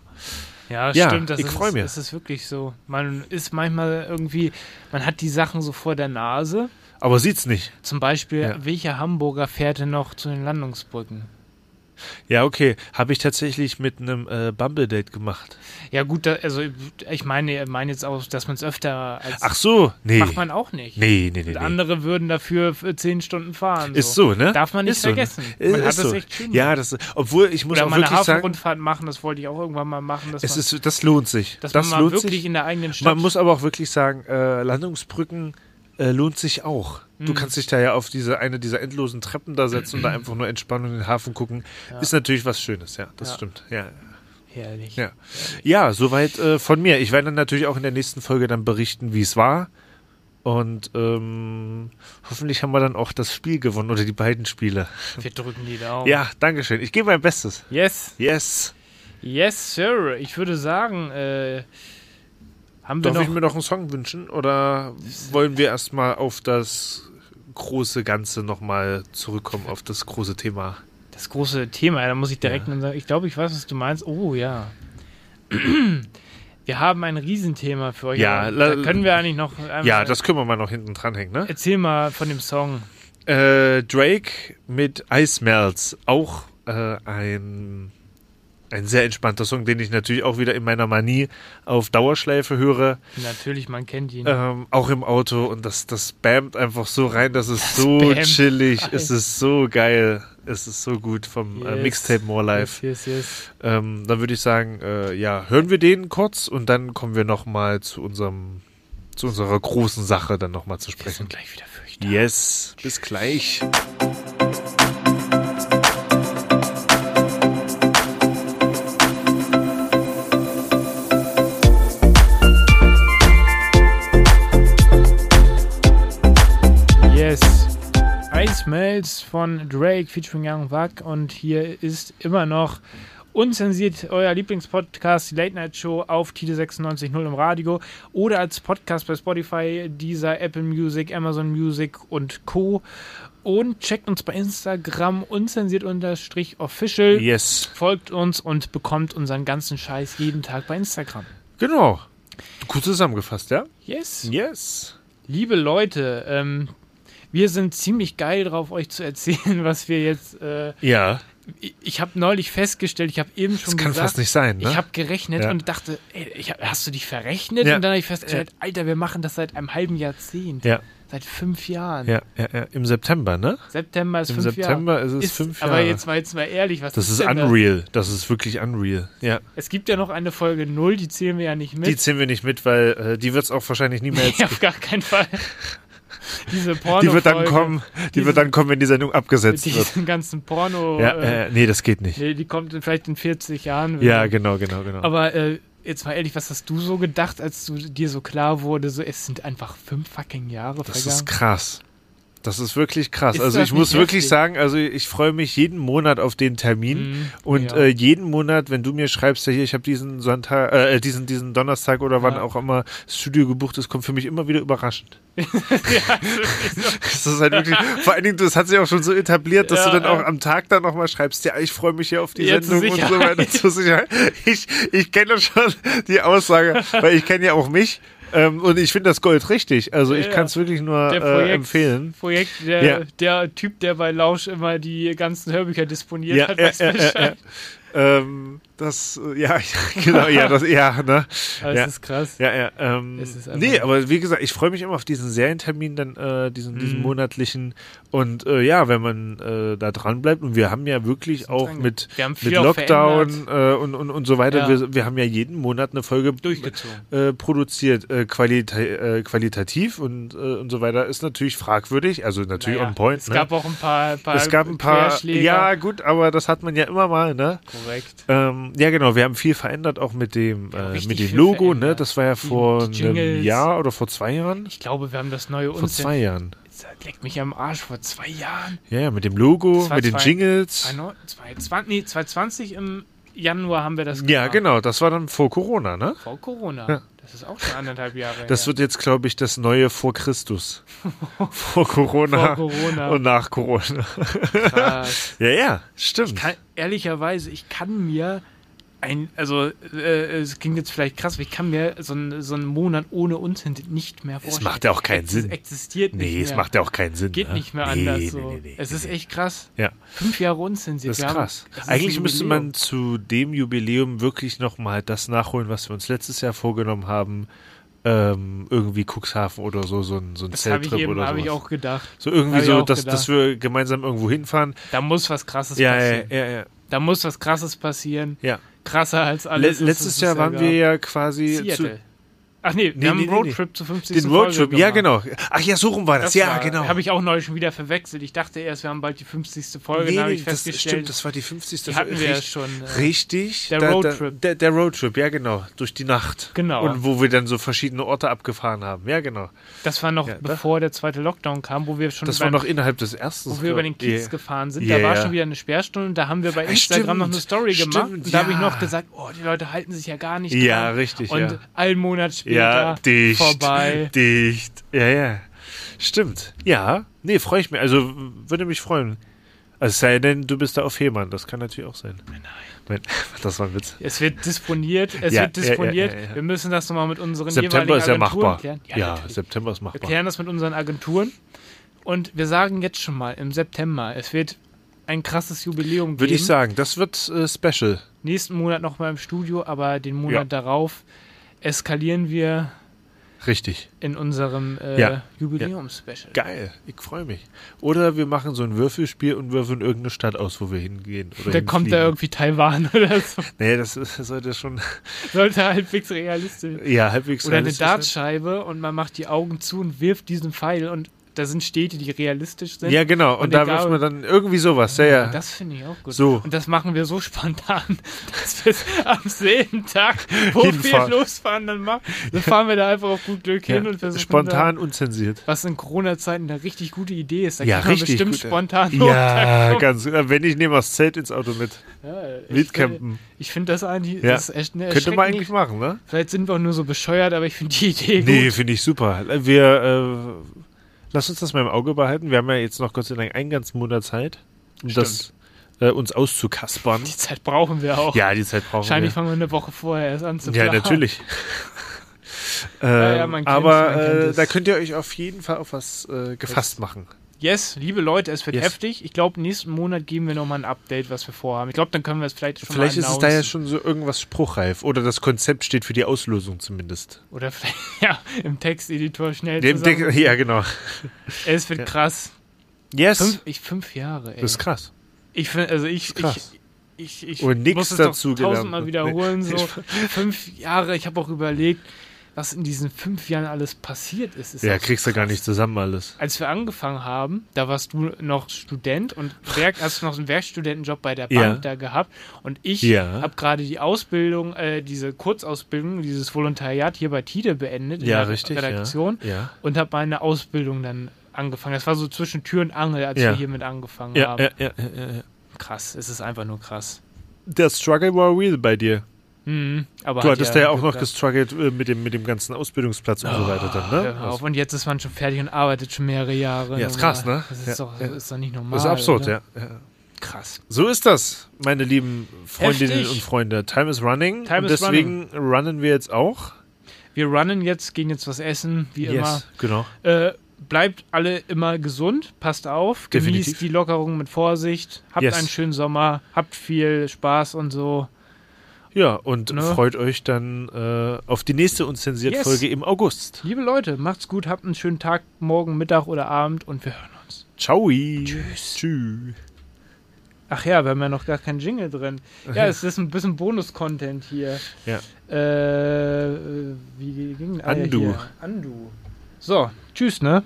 Speaker 1: Ja,
Speaker 2: Ja,
Speaker 1: stimmt. Das
Speaker 2: ich
Speaker 1: ist-
Speaker 2: freu mich.
Speaker 1: Das ist wirklich so. Man ist manchmal irgendwie, man hat die Sachen so vor der Nase.
Speaker 2: Aber sieht's nicht.
Speaker 1: Zum Beispiel,
Speaker 2: Ja.
Speaker 1: welcher Hamburger fährt denn noch zu den Landungsbrücken?
Speaker 2: Ja, okay. Habe ich tatsächlich mit einem äh, Bumble-Date gemacht.
Speaker 1: Ja, gut, da, also ich meine, ich meine jetzt auch, dass man es öfter als.
Speaker 2: Ach so, nee.
Speaker 1: Macht man auch nicht.
Speaker 2: Nee, nee, nee.
Speaker 1: Und
Speaker 2: nee.
Speaker 1: andere würden dafür für zehn Stunden fahren.
Speaker 2: Ist so, ne?
Speaker 1: Darf man nicht
Speaker 2: ist
Speaker 1: vergessen.
Speaker 2: So, ne?
Speaker 1: Man
Speaker 2: Ist
Speaker 1: hat das
Speaker 2: so.
Speaker 1: echt schön.
Speaker 2: Ja, das, obwohl ich muss
Speaker 1: Oder
Speaker 2: auch
Speaker 1: mal eine
Speaker 2: wirklich sagen,
Speaker 1: Hafenrundfahrt machen, das wollte ich auch irgendwann mal machen. Dass
Speaker 2: es
Speaker 1: man,
Speaker 2: ist, das lohnt sich.
Speaker 1: dass
Speaker 2: das
Speaker 1: man mal
Speaker 2: lohnt
Speaker 1: wirklich
Speaker 2: sich.
Speaker 1: in der eigenen Stadt.
Speaker 2: Man muss aber auch wirklich sagen, äh, Landungsbrücken äh, lohnt sich auch.
Speaker 1: Mhm.
Speaker 2: Du kannst dich da ja auf diese eine dieser endlosen Treppen da setzen und da einfach nur entspannen und in den Hafen gucken. Ist natürlich was Schönes, ja, das
Speaker 1: Ja.
Speaker 2: stimmt. Ja,
Speaker 1: Herrlich.
Speaker 2: ja. ja soweit äh, von mir. Ich werde dann natürlich auch in der nächsten Folge dann berichten, wie es war. Und ähm, hoffentlich haben wir dann auch das Spiel gewonnen oder die beiden Spiele.
Speaker 1: Wir drücken die Daumen.
Speaker 2: Ja, Dankeschön. Ich gebe mein Bestes.
Speaker 1: Yes.
Speaker 2: Yes.
Speaker 1: Yes, Sir. Ich würde sagen, äh, haben wir
Speaker 2: Darf ich
Speaker 1: noch.
Speaker 2: mir noch einen Song wünschen oder wollen wir erstmal auf das große Ganze nochmal zurückkommen, auf das große Thema?
Speaker 1: Das große Thema, da muss ich direkt nur sagen, ich glaube, ich weiß, was du meinst. Oh ja. Wir haben ein Riesenthema für euch.
Speaker 2: Ja,
Speaker 1: aber
Speaker 2: la-
Speaker 1: da können wir eigentlich noch. einmal-
Speaker 2: Ja, das können wir mal noch hinten dranhängen, ne?
Speaker 1: Erzähl mal von dem Song.
Speaker 2: Äh, Drake mit Ice Melts, auch äh, ein, ein sehr entspannter Song, den ich natürlich auch wieder in meiner Manie auf Dauerschleife höre,
Speaker 1: Natürlich, man kennt ihn.
Speaker 2: ähm, auch im Auto und das, das bammt einfach so rein, das ist so
Speaker 1: bammt.
Speaker 2: chillig, es ist so geil, es ist so gut vom äh,
Speaker 1: Yes.
Speaker 2: Mixtape More Life.
Speaker 1: Yes, yes, yes.
Speaker 2: Ähm, dann würde ich sagen, äh, ja, hören wir den kurz und dann kommen wir nochmal zu unserem, zu unserer großen Sache dann nochmal zu
Speaker 1: Wir
Speaker 2: sprechen.
Speaker 1: sind gleich wieder für euch da.
Speaker 2: Yes, bis gleich.
Speaker 1: Yes. Ice Melts von Drake featuring Young Buck und hier ist immer noch Unzensiert, euer Lieblingspodcast, die Late Night Show auf Tide 96.0 im Radio oder als Podcast bei Spotify, dieser Apple Music, Amazon Music und Co. Und checkt uns bei Instagram unzensiert-official.
Speaker 2: Yes.
Speaker 1: Folgt uns und bekommt unseren ganzen Scheiß jeden Tag bei Instagram.
Speaker 2: Genau. Gut zusammengefasst, ja?
Speaker 1: Yes.
Speaker 2: Yes.
Speaker 1: Liebe Leute, ähm, wir sind ziemlich geil drauf, euch zu erzählen, was wir jetzt. Äh,
Speaker 2: Ja.
Speaker 1: ich ich habe neulich festgestellt, ich habe eben schon
Speaker 2: Das kann
Speaker 1: gesagt,
Speaker 2: fast nicht sein, ne?
Speaker 1: ich habe gerechnet
Speaker 2: Ja.
Speaker 1: und dachte, ey, ich hab, hast du dich verrechnet?
Speaker 2: Ja.
Speaker 1: Und dann habe ich festgestellt, Alter, wir machen das seit einem halben Jahrzehnt,
Speaker 2: ja,
Speaker 1: seit fünf Jahren.
Speaker 2: ja, ja, ja. Im September, ne?
Speaker 1: September ist
Speaker 2: Im
Speaker 1: fünf
Speaker 2: September
Speaker 1: Jahre.
Speaker 2: ist es fünf
Speaker 1: Aber
Speaker 2: Jahre.
Speaker 1: jetzt mal jetzt mal ehrlich, was
Speaker 2: Das ist
Speaker 1: denn
Speaker 2: unreal. Das ist wirklich unreal. Ja.
Speaker 1: Das? Es gibt ja noch eine Folge null, die zählen wir ja nicht mit.
Speaker 2: Die ziehen wir nicht mit, weil äh, die wird es auch wahrscheinlich nie mehr jetzt.
Speaker 1: ja, auf gar keinen Fall. Diese Porno
Speaker 2: Die wird dann kommen, die wird dann kommen, wenn die Sendung
Speaker 1: mit
Speaker 2: abgesetzt wird.
Speaker 1: diesen ganzen Porno.
Speaker 2: Ja,
Speaker 1: äh,
Speaker 2: äh, nee, das geht nicht.
Speaker 1: nee, die kommt in, vielleicht in 40 Jahren.
Speaker 2: Ja,
Speaker 1: wieder.
Speaker 2: genau, genau, genau.
Speaker 1: Aber äh, jetzt mal ehrlich, was hast du so gedacht, als du dir so klar wurde, so es sind einfach fünf fucking Jahre
Speaker 2: Das
Speaker 1: vergangen?
Speaker 2: ist krass. Das ist wirklich krass.
Speaker 1: Ist
Speaker 2: also
Speaker 1: das
Speaker 2: ich muss
Speaker 1: nicht
Speaker 2: wirklich
Speaker 1: heftig?
Speaker 2: sagen, also ich freue mich jeden Monat auf den Termin
Speaker 1: Mhm,
Speaker 2: und
Speaker 1: ja.
Speaker 2: äh, jeden Monat, wenn du mir schreibst, ja hier, ich habe diesen Sonntag, äh, diesen diesen Donnerstag oder wann
Speaker 1: Ja.
Speaker 2: auch immer das Studio gebucht ist, kommt für mich immer wieder überraschend. das ist halt wirklich. Vor allen Dingen, das hat sich auch schon so etabliert, dass
Speaker 1: Ja,
Speaker 2: du dann auch
Speaker 1: ja.
Speaker 2: am Tag dann nochmal schreibst, ja, ich freue mich hier auf die
Speaker 1: Ja, zur
Speaker 2: Sendung und so weiter.
Speaker 1: Sicherheit.
Speaker 2: Zur Sicherheit. Ich ich kenne schon die Aussage, weil ich kenne ja auch mich. Ähm, und ich finde das Gold richtig. Also ich
Speaker 1: Ja, ja.
Speaker 2: kann es wirklich nur
Speaker 1: der
Speaker 2: äh,
Speaker 1: Projekt,
Speaker 2: empfehlen.
Speaker 1: Projekt der,
Speaker 2: Ja.
Speaker 1: der Typ, der bei Lausch immer die ganzen Hörbücher disponiert
Speaker 2: Ja,
Speaker 1: hat,
Speaker 2: ja,
Speaker 1: weiß
Speaker 2: ja, ja,
Speaker 1: Bescheid.
Speaker 2: Ähm, das, äh, ja, ja, genau, ja, das, ja, ne?
Speaker 1: Aber
Speaker 2: Ja.
Speaker 1: es ist krass.
Speaker 2: Ja, ja, ähm,
Speaker 1: Es ist einfach-
Speaker 2: nee, aber wie gesagt, ich freue mich immer auf diesen Serientermin, dann äh, diesen, diesen
Speaker 1: Mhm.
Speaker 2: monatlichen und äh, ja, wenn man äh, da dran bleibt und wir haben ja wirklich auch
Speaker 1: dran
Speaker 2: mit,
Speaker 1: geblieben. Wir haben viel
Speaker 2: mit
Speaker 1: auch
Speaker 2: Lockdown äh, und, und, und so weiter,
Speaker 1: Ja.
Speaker 2: wir, wir haben ja jeden Monat eine Folge
Speaker 1: Durchgezogen.
Speaker 2: äh, produziert, äh, qualita äh, qualitativ und, äh, und so weiter, ist natürlich fragwürdig, also natürlich
Speaker 1: Naja,
Speaker 2: on point,
Speaker 1: Es
Speaker 2: ne?
Speaker 1: gab auch ein paar, paar
Speaker 2: es gab ein paar,
Speaker 1: Querschläger.
Speaker 2: ja gut, aber das hat man ja immer mal, ne?
Speaker 1: Korrekt.
Speaker 2: Ähm, ja, genau, wir haben viel verändert, auch mit dem,
Speaker 1: Ja,
Speaker 2: äh,
Speaker 1: richtig
Speaker 2: mit dem
Speaker 1: viel
Speaker 2: Logo, ne?
Speaker 1: verändert.
Speaker 2: Das war ja vor
Speaker 1: die Jingles.
Speaker 2: einem Jahr oder vor zwei Jahren?
Speaker 1: Ich glaube, wir haben das neue
Speaker 2: Vor
Speaker 1: Unsinn.
Speaker 2: zwei Jahren.
Speaker 1: Leck mich am Arsch, vor zwei Jahren.
Speaker 2: Ja, ja, mit dem Logo,
Speaker 1: Das war
Speaker 2: mit den
Speaker 1: zwei-
Speaker 2: Jingles.
Speaker 1: 2020, nee, 2020 im Januar haben wir das
Speaker 2: Ja, genau, das war dann vor Corona, ne?
Speaker 1: Vor Corona.
Speaker 2: Ja.
Speaker 1: Das ist auch schon anderthalb Jahre.
Speaker 2: Das
Speaker 1: her.
Speaker 2: wird jetzt, glaube ich, das neue vor Christus. vor Corona.
Speaker 1: vor Corona.
Speaker 2: Und nach Corona.
Speaker 1: krass.
Speaker 2: Ja, ja, stimmt.
Speaker 1: kann, ehrlicherweise, ich kann mir ein, also äh, es klingt jetzt vielleicht krass, aber ich kann mir so einen so einen Monat ohne uns nicht mehr vorstellen.
Speaker 2: macht ja auch keinen
Speaker 1: Oh, es
Speaker 2: Sinn.
Speaker 1: existiert nicht
Speaker 2: nee,
Speaker 1: mehr.
Speaker 2: es macht ja auch keinen Sinn.
Speaker 1: Geht
Speaker 2: ne?
Speaker 1: nicht mehr
Speaker 2: Nee,
Speaker 1: anders
Speaker 2: nee,
Speaker 1: so.
Speaker 2: nee, nee,
Speaker 1: es
Speaker 2: nee,
Speaker 1: ist
Speaker 2: nee.
Speaker 1: echt krass.
Speaker 2: Ja.
Speaker 1: Fünf Jahre unzensiert.
Speaker 2: Das ist
Speaker 1: Wir haben-
Speaker 2: krass.
Speaker 1: das ist
Speaker 2: Eigentlich
Speaker 1: ein
Speaker 2: müsste
Speaker 1: Jubiläum.
Speaker 2: man zu dem Jubiläum wirklich nochmal das nachholen, was wir uns letztes Jahr vorgenommen haben. Ähm, irgendwie Cuxhaven oder so, so ein, so ein
Speaker 1: Das habe ich
Speaker 2: Zelttrip
Speaker 1: eben,
Speaker 2: oder
Speaker 1: habe ich
Speaker 2: sowas.
Speaker 1: auch gedacht.
Speaker 2: so irgendwie
Speaker 1: hab ich
Speaker 2: so,
Speaker 1: auch
Speaker 2: dass, dass
Speaker 1: gedacht.
Speaker 2: wir gemeinsam irgendwo hinfahren.
Speaker 1: Da muss was krasses
Speaker 2: Ja, ja,
Speaker 1: passieren.
Speaker 2: ja, ja,
Speaker 1: Da muss was krasses passieren.
Speaker 2: ja.
Speaker 1: Krasser als
Speaker 2: Le
Speaker 1: alles. was es
Speaker 2: letztes Jahr
Speaker 1: bisher
Speaker 2: waren
Speaker 1: gab.
Speaker 2: wir ja quasi
Speaker 1: Seattle.
Speaker 2: zu
Speaker 1: Ach nee, wir
Speaker 2: Nee,
Speaker 1: haben
Speaker 2: nee,
Speaker 1: einen
Speaker 2: nee,
Speaker 1: Roadtrip zu 50.
Speaker 2: den
Speaker 1: Folge
Speaker 2: Roadtrip. Ja,
Speaker 1: gemacht.
Speaker 2: genau. Ach ja, so rum war das.
Speaker 1: Das
Speaker 2: ja,
Speaker 1: war-
Speaker 2: genau.
Speaker 1: Habe ich auch neulich schon wieder verwechselt. Ich dachte erst, wir haben bald die 50. Folge.
Speaker 2: nee,
Speaker 1: dann habe
Speaker 2: nee,
Speaker 1: ich
Speaker 2: das
Speaker 1: festgestellt,
Speaker 2: stimmt, das war die 50.
Speaker 1: die hatten wir ja
Speaker 2: Richtig-
Speaker 1: schon. Äh,
Speaker 2: Richtig.
Speaker 1: Der
Speaker 2: da- da-
Speaker 1: Roadtrip.
Speaker 2: Der, der Roadtrip, ja genau. Durch die Nacht.
Speaker 1: Genau.
Speaker 2: Und wo wir dann so verschiedene Orte abgefahren haben. Ja, genau.
Speaker 1: das war noch
Speaker 2: Ja, da-
Speaker 1: bevor der zweite Lockdown kam, wo wir schon
Speaker 2: Das
Speaker 1: über,
Speaker 2: war noch innerhalb des ersten.
Speaker 1: wo wir über den Kiez gefahren sind.
Speaker 2: Ja,
Speaker 1: da war
Speaker 2: ja.
Speaker 1: schon wieder eine Sperrstunde. Da haben wir bei
Speaker 2: Ja,
Speaker 1: Instagram
Speaker 2: stimmt.
Speaker 1: noch eine Story
Speaker 2: Stimmt,
Speaker 1: gemacht. Und da habe ich
Speaker 2: ja.
Speaker 1: noch gesagt, oh, die Leute halten sich ja gar nicht
Speaker 2: Ja,
Speaker 1: dran.
Speaker 2: richtig,
Speaker 1: Und
Speaker 2: ja.
Speaker 1: einen Monat später
Speaker 2: Ja, dicht.
Speaker 1: vorbei.
Speaker 2: Dicht. Ja, ja. Stimmt. Ja. Nee, freue ich mich. Also w- würde mich freuen. Also es sei denn, du bist da auf Fehmarn. Das kann natürlich auch sein. Nein. Das war ein Witz.
Speaker 1: Es wird disponiert, es
Speaker 2: Ja,
Speaker 1: wird
Speaker 2: ja, ja,
Speaker 1: disponiert.
Speaker 2: ja, ja.
Speaker 1: Wir müssen das nochmal mit unseren
Speaker 2: September
Speaker 1: jeweiligen
Speaker 2: ist ja
Speaker 1: Agenturen
Speaker 2: machbar.
Speaker 1: klären.
Speaker 2: Ja,
Speaker 1: natürlich.
Speaker 2: September ist
Speaker 1: Wir
Speaker 2: machbar.
Speaker 1: klären das mit unseren Agenturen. Und wir sagen jetzt schon mal im September, es wird ein krasses Jubiläum geben.
Speaker 2: Würde ich sagen, das wird äh, special.
Speaker 1: Nächsten Monat nochmal im Studio, aber den Monat
Speaker 2: Ja.
Speaker 1: darauf eskalieren wir
Speaker 2: Richtig.
Speaker 1: in unserem äh,
Speaker 2: Ja.
Speaker 1: Jubiläumspecial.
Speaker 2: Geil, ich freue mich. Oder wir machen so ein Würfelspiel und würfeln irgendeine Stadt aus, wo wir hingehen. Oder
Speaker 1: Da kommt da
Speaker 2: hinfliegen.
Speaker 1: irgendwie Taiwan oder so.
Speaker 2: Nee, das ist, sollte schon.
Speaker 1: Sollte halbwegs realistisch.
Speaker 2: Ja, halbwegs.
Speaker 1: Oder eine
Speaker 2: realistisch sein.
Speaker 1: Dartscheibe und man macht die Augen zu und wirft diesen Pfeil und da sind Städte, die realistisch sind.
Speaker 2: Ja, genau. Und, da
Speaker 1: egal-
Speaker 2: wirft man dann irgendwie sowas. Ja, ja.
Speaker 1: Das finde ich auch gut.
Speaker 2: Ah. So.
Speaker 1: Und das machen wir so spontan, dass wir es am selben Tag, wo
Speaker 2: Hinfahren.
Speaker 1: wir losfahren, dann machen. Dann fahren wir da einfach auf gut Glück hin und
Speaker 2: ja.
Speaker 1: versuchen
Speaker 2: Spontan unzensiert.
Speaker 1: Da, was in Corona-Zeiten eine richtig gute Idee ist. Da
Speaker 2: Ja,
Speaker 1: kann man
Speaker 2: richtig.
Speaker 1: bestimmt
Speaker 2: gut.
Speaker 1: spontan
Speaker 2: Ja, ganz. äh, Wenn ich nehme das Zelt ins Auto mit.
Speaker 1: Ja, ich äh,
Speaker 2: Wildcampen.
Speaker 1: finde- Ich finde das eigentlich
Speaker 2: Ja.
Speaker 1: das ist echt eine
Speaker 2: Könnte man eigentlich
Speaker 1: erschreckende-
Speaker 2: machen, ne?
Speaker 1: Vielleicht sind wir auch nur so bescheuert, aber ich finde die Idee
Speaker 2: Nee,
Speaker 1: gut.
Speaker 2: finde ich super. Wir, äh, lass uns das mal im Auge behalten. Wir haben ja jetzt noch Gott sei Dank einen ganzen Monat Zeit, um das äh, uns auszukaspern.
Speaker 1: Die Zeit brauchen wir auch.
Speaker 2: Ja, die Zeit brauchen
Speaker 1: Wahrscheinlich
Speaker 2: wir.
Speaker 1: fangen wir eine Woche vorher erst an zu
Speaker 2: Ja,
Speaker 1: planen.
Speaker 2: natürlich.
Speaker 1: Ja, ja,
Speaker 2: Ähm,
Speaker 1: man kennt's,
Speaker 2: aber
Speaker 1: man kennt
Speaker 2: äh,
Speaker 1: es.
Speaker 2: da könnt ihr euch auf jeden Fall auf was äh, gefasst machen.
Speaker 1: Yes, liebe Leute, es wird
Speaker 2: Yes.
Speaker 1: heftig. Ich glaube, nächsten Monat geben wir nochmal ein Update, was wir vorhaben. Ich glaube, dann können wir es vielleicht schon
Speaker 2: Vielleicht
Speaker 1: mal
Speaker 2: ist es da ja
Speaker 1: announcen.
Speaker 2: schon so irgendwas spruchreif oder das Konzept steht für die Auslosung zumindest.
Speaker 1: Oder vielleicht, ja, im Texteditor schnell
Speaker 2: Dem
Speaker 1: zusammen.
Speaker 2: Ding- ja, genau.
Speaker 1: Es wird krass.
Speaker 2: Yes,
Speaker 1: Fünf, ich, fünf Jahre, ey.
Speaker 2: das ist krass.
Speaker 1: Ich finde, also ich,
Speaker 2: krass.
Speaker 1: ich, ich, ich
Speaker 2: Und nix
Speaker 1: muss es
Speaker 2: dazu
Speaker 1: doch
Speaker 2: gelernt. ne?
Speaker 1: tausendmal wiederholen. So fünf Jahre, ich habe auch überlegt, was in diesen fünf Jahren alles passiert ist. ist
Speaker 2: Ja,
Speaker 1: auch so
Speaker 2: kriegst du gar
Speaker 1: krass.
Speaker 2: nicht zusammen alles.
Speaker 1: Als wir angefangen haben, da warst du noch Student und Werk, hast noch einen Werkstudentenjob bei der Bank
Speaker 2: Ja.
Speaker 1: da gehabt. Und ich
Speaker 2: Ja.
Speaker 1: habe gerade die Ausbildung, äh, diese Kurzausbildung, dieses Volontariat hier bei TIDE beendet
Speaker 2: Ja,
Speaker 1: in der
Speaker 2: richtig, ja.
Speaker 1: Redaktion
Speaker 2: Ja.
Speaker 1: und habe meine Ausbildung dann angefangen. Das war so zwischen Tür und Angel, als
Speaker 2: Ja.
Speaker 1: wir hiermit angefangen
Speaker 2: Ja, äh,
Speaker 1: haben.
Speaker 2: ja, ja, ja, ja, ja.
Speaker 1: Krass, es ist einfach nur krass.
Speaker 2: Der Struggle war real bei dir.
Speaker 1: Mhm, aber
Speaker 2: Du
Speaker 1: hat
Speaker 2: hattest ja, auch noch
Speaker 1: geklappt.
Speaker 2: gestruggelt äh, mit dem, mit dem ganzen Ausbildungsplatz und so weiter dann,
Speaker 1: Hör
Speaker 2: ne?
Speaker 1: mal Ah, auf. Und jetzt ist man schon fertig und arbeitet schon mehrere Jahre.
Speaker 2: Ja, ist
Speaker 1: Nochmal.
Speaker 2: krass, ne?
Speaker 1: Das
Speaker 2: Ja,
Speaker 1: ist, doch,
Speaker 2: ja.
Speaker 1: ist doch nicht normal.
Speaker 2: Das ist absurd,
Speaker 1: oder?
Speaker 2: ja. ja.
Speaker 1: Krass.
Speaker 2: So ist das, meine lieben Freundinnen
Speaker 1: Heftig.
Speaker 2: und Freunde. Time is running.
Speaker 1: Time
Speaker 2: und
Speaker 1: is
Speaker 2: deswegen runnen wir jetzt auch.
Speaker 1: Wir runnen jetzt, gehen jetzt was essen, wie
Speaker 2: genau.
Speaker 1: immer. Äh, bleibt alle immer gesund, passt auf, genießt
Speaker 2: Definitiv.
Speaker 1: die Lockerung mit Vorsicht, habt
Speaker 2: Yes.
Speaker 1: einen schönen Sommer, habt viel Spaß und so.
Speaker 2: Ja, und
Speaker 1: Ne?
Speaker 2: freut euch dann äh, auf die nächste unzensiert
Speaker 1: Yes.
Speaker 2: Folge im August.
Speaker 1: Liebe Leute, macht's gut, habt einen schönen Tag, morgen, Mittag oder Abend und wir hören uns.
Speaker 2: Ciao. Tschüss. Tschüss.
Speaker 1: Ach ja, wir haben ja noch gar keinen Jingle drin. Ja, es ist ein bisschen Bonus-Content hier.
Speaker 2: Ja.
Speaker 1: Äh, äh, wie ging denn? ja,
Speaker 2: Andu.
Speaker 1: hier. Andu. So, tschüss, ne?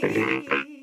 Speaker 5: Hey!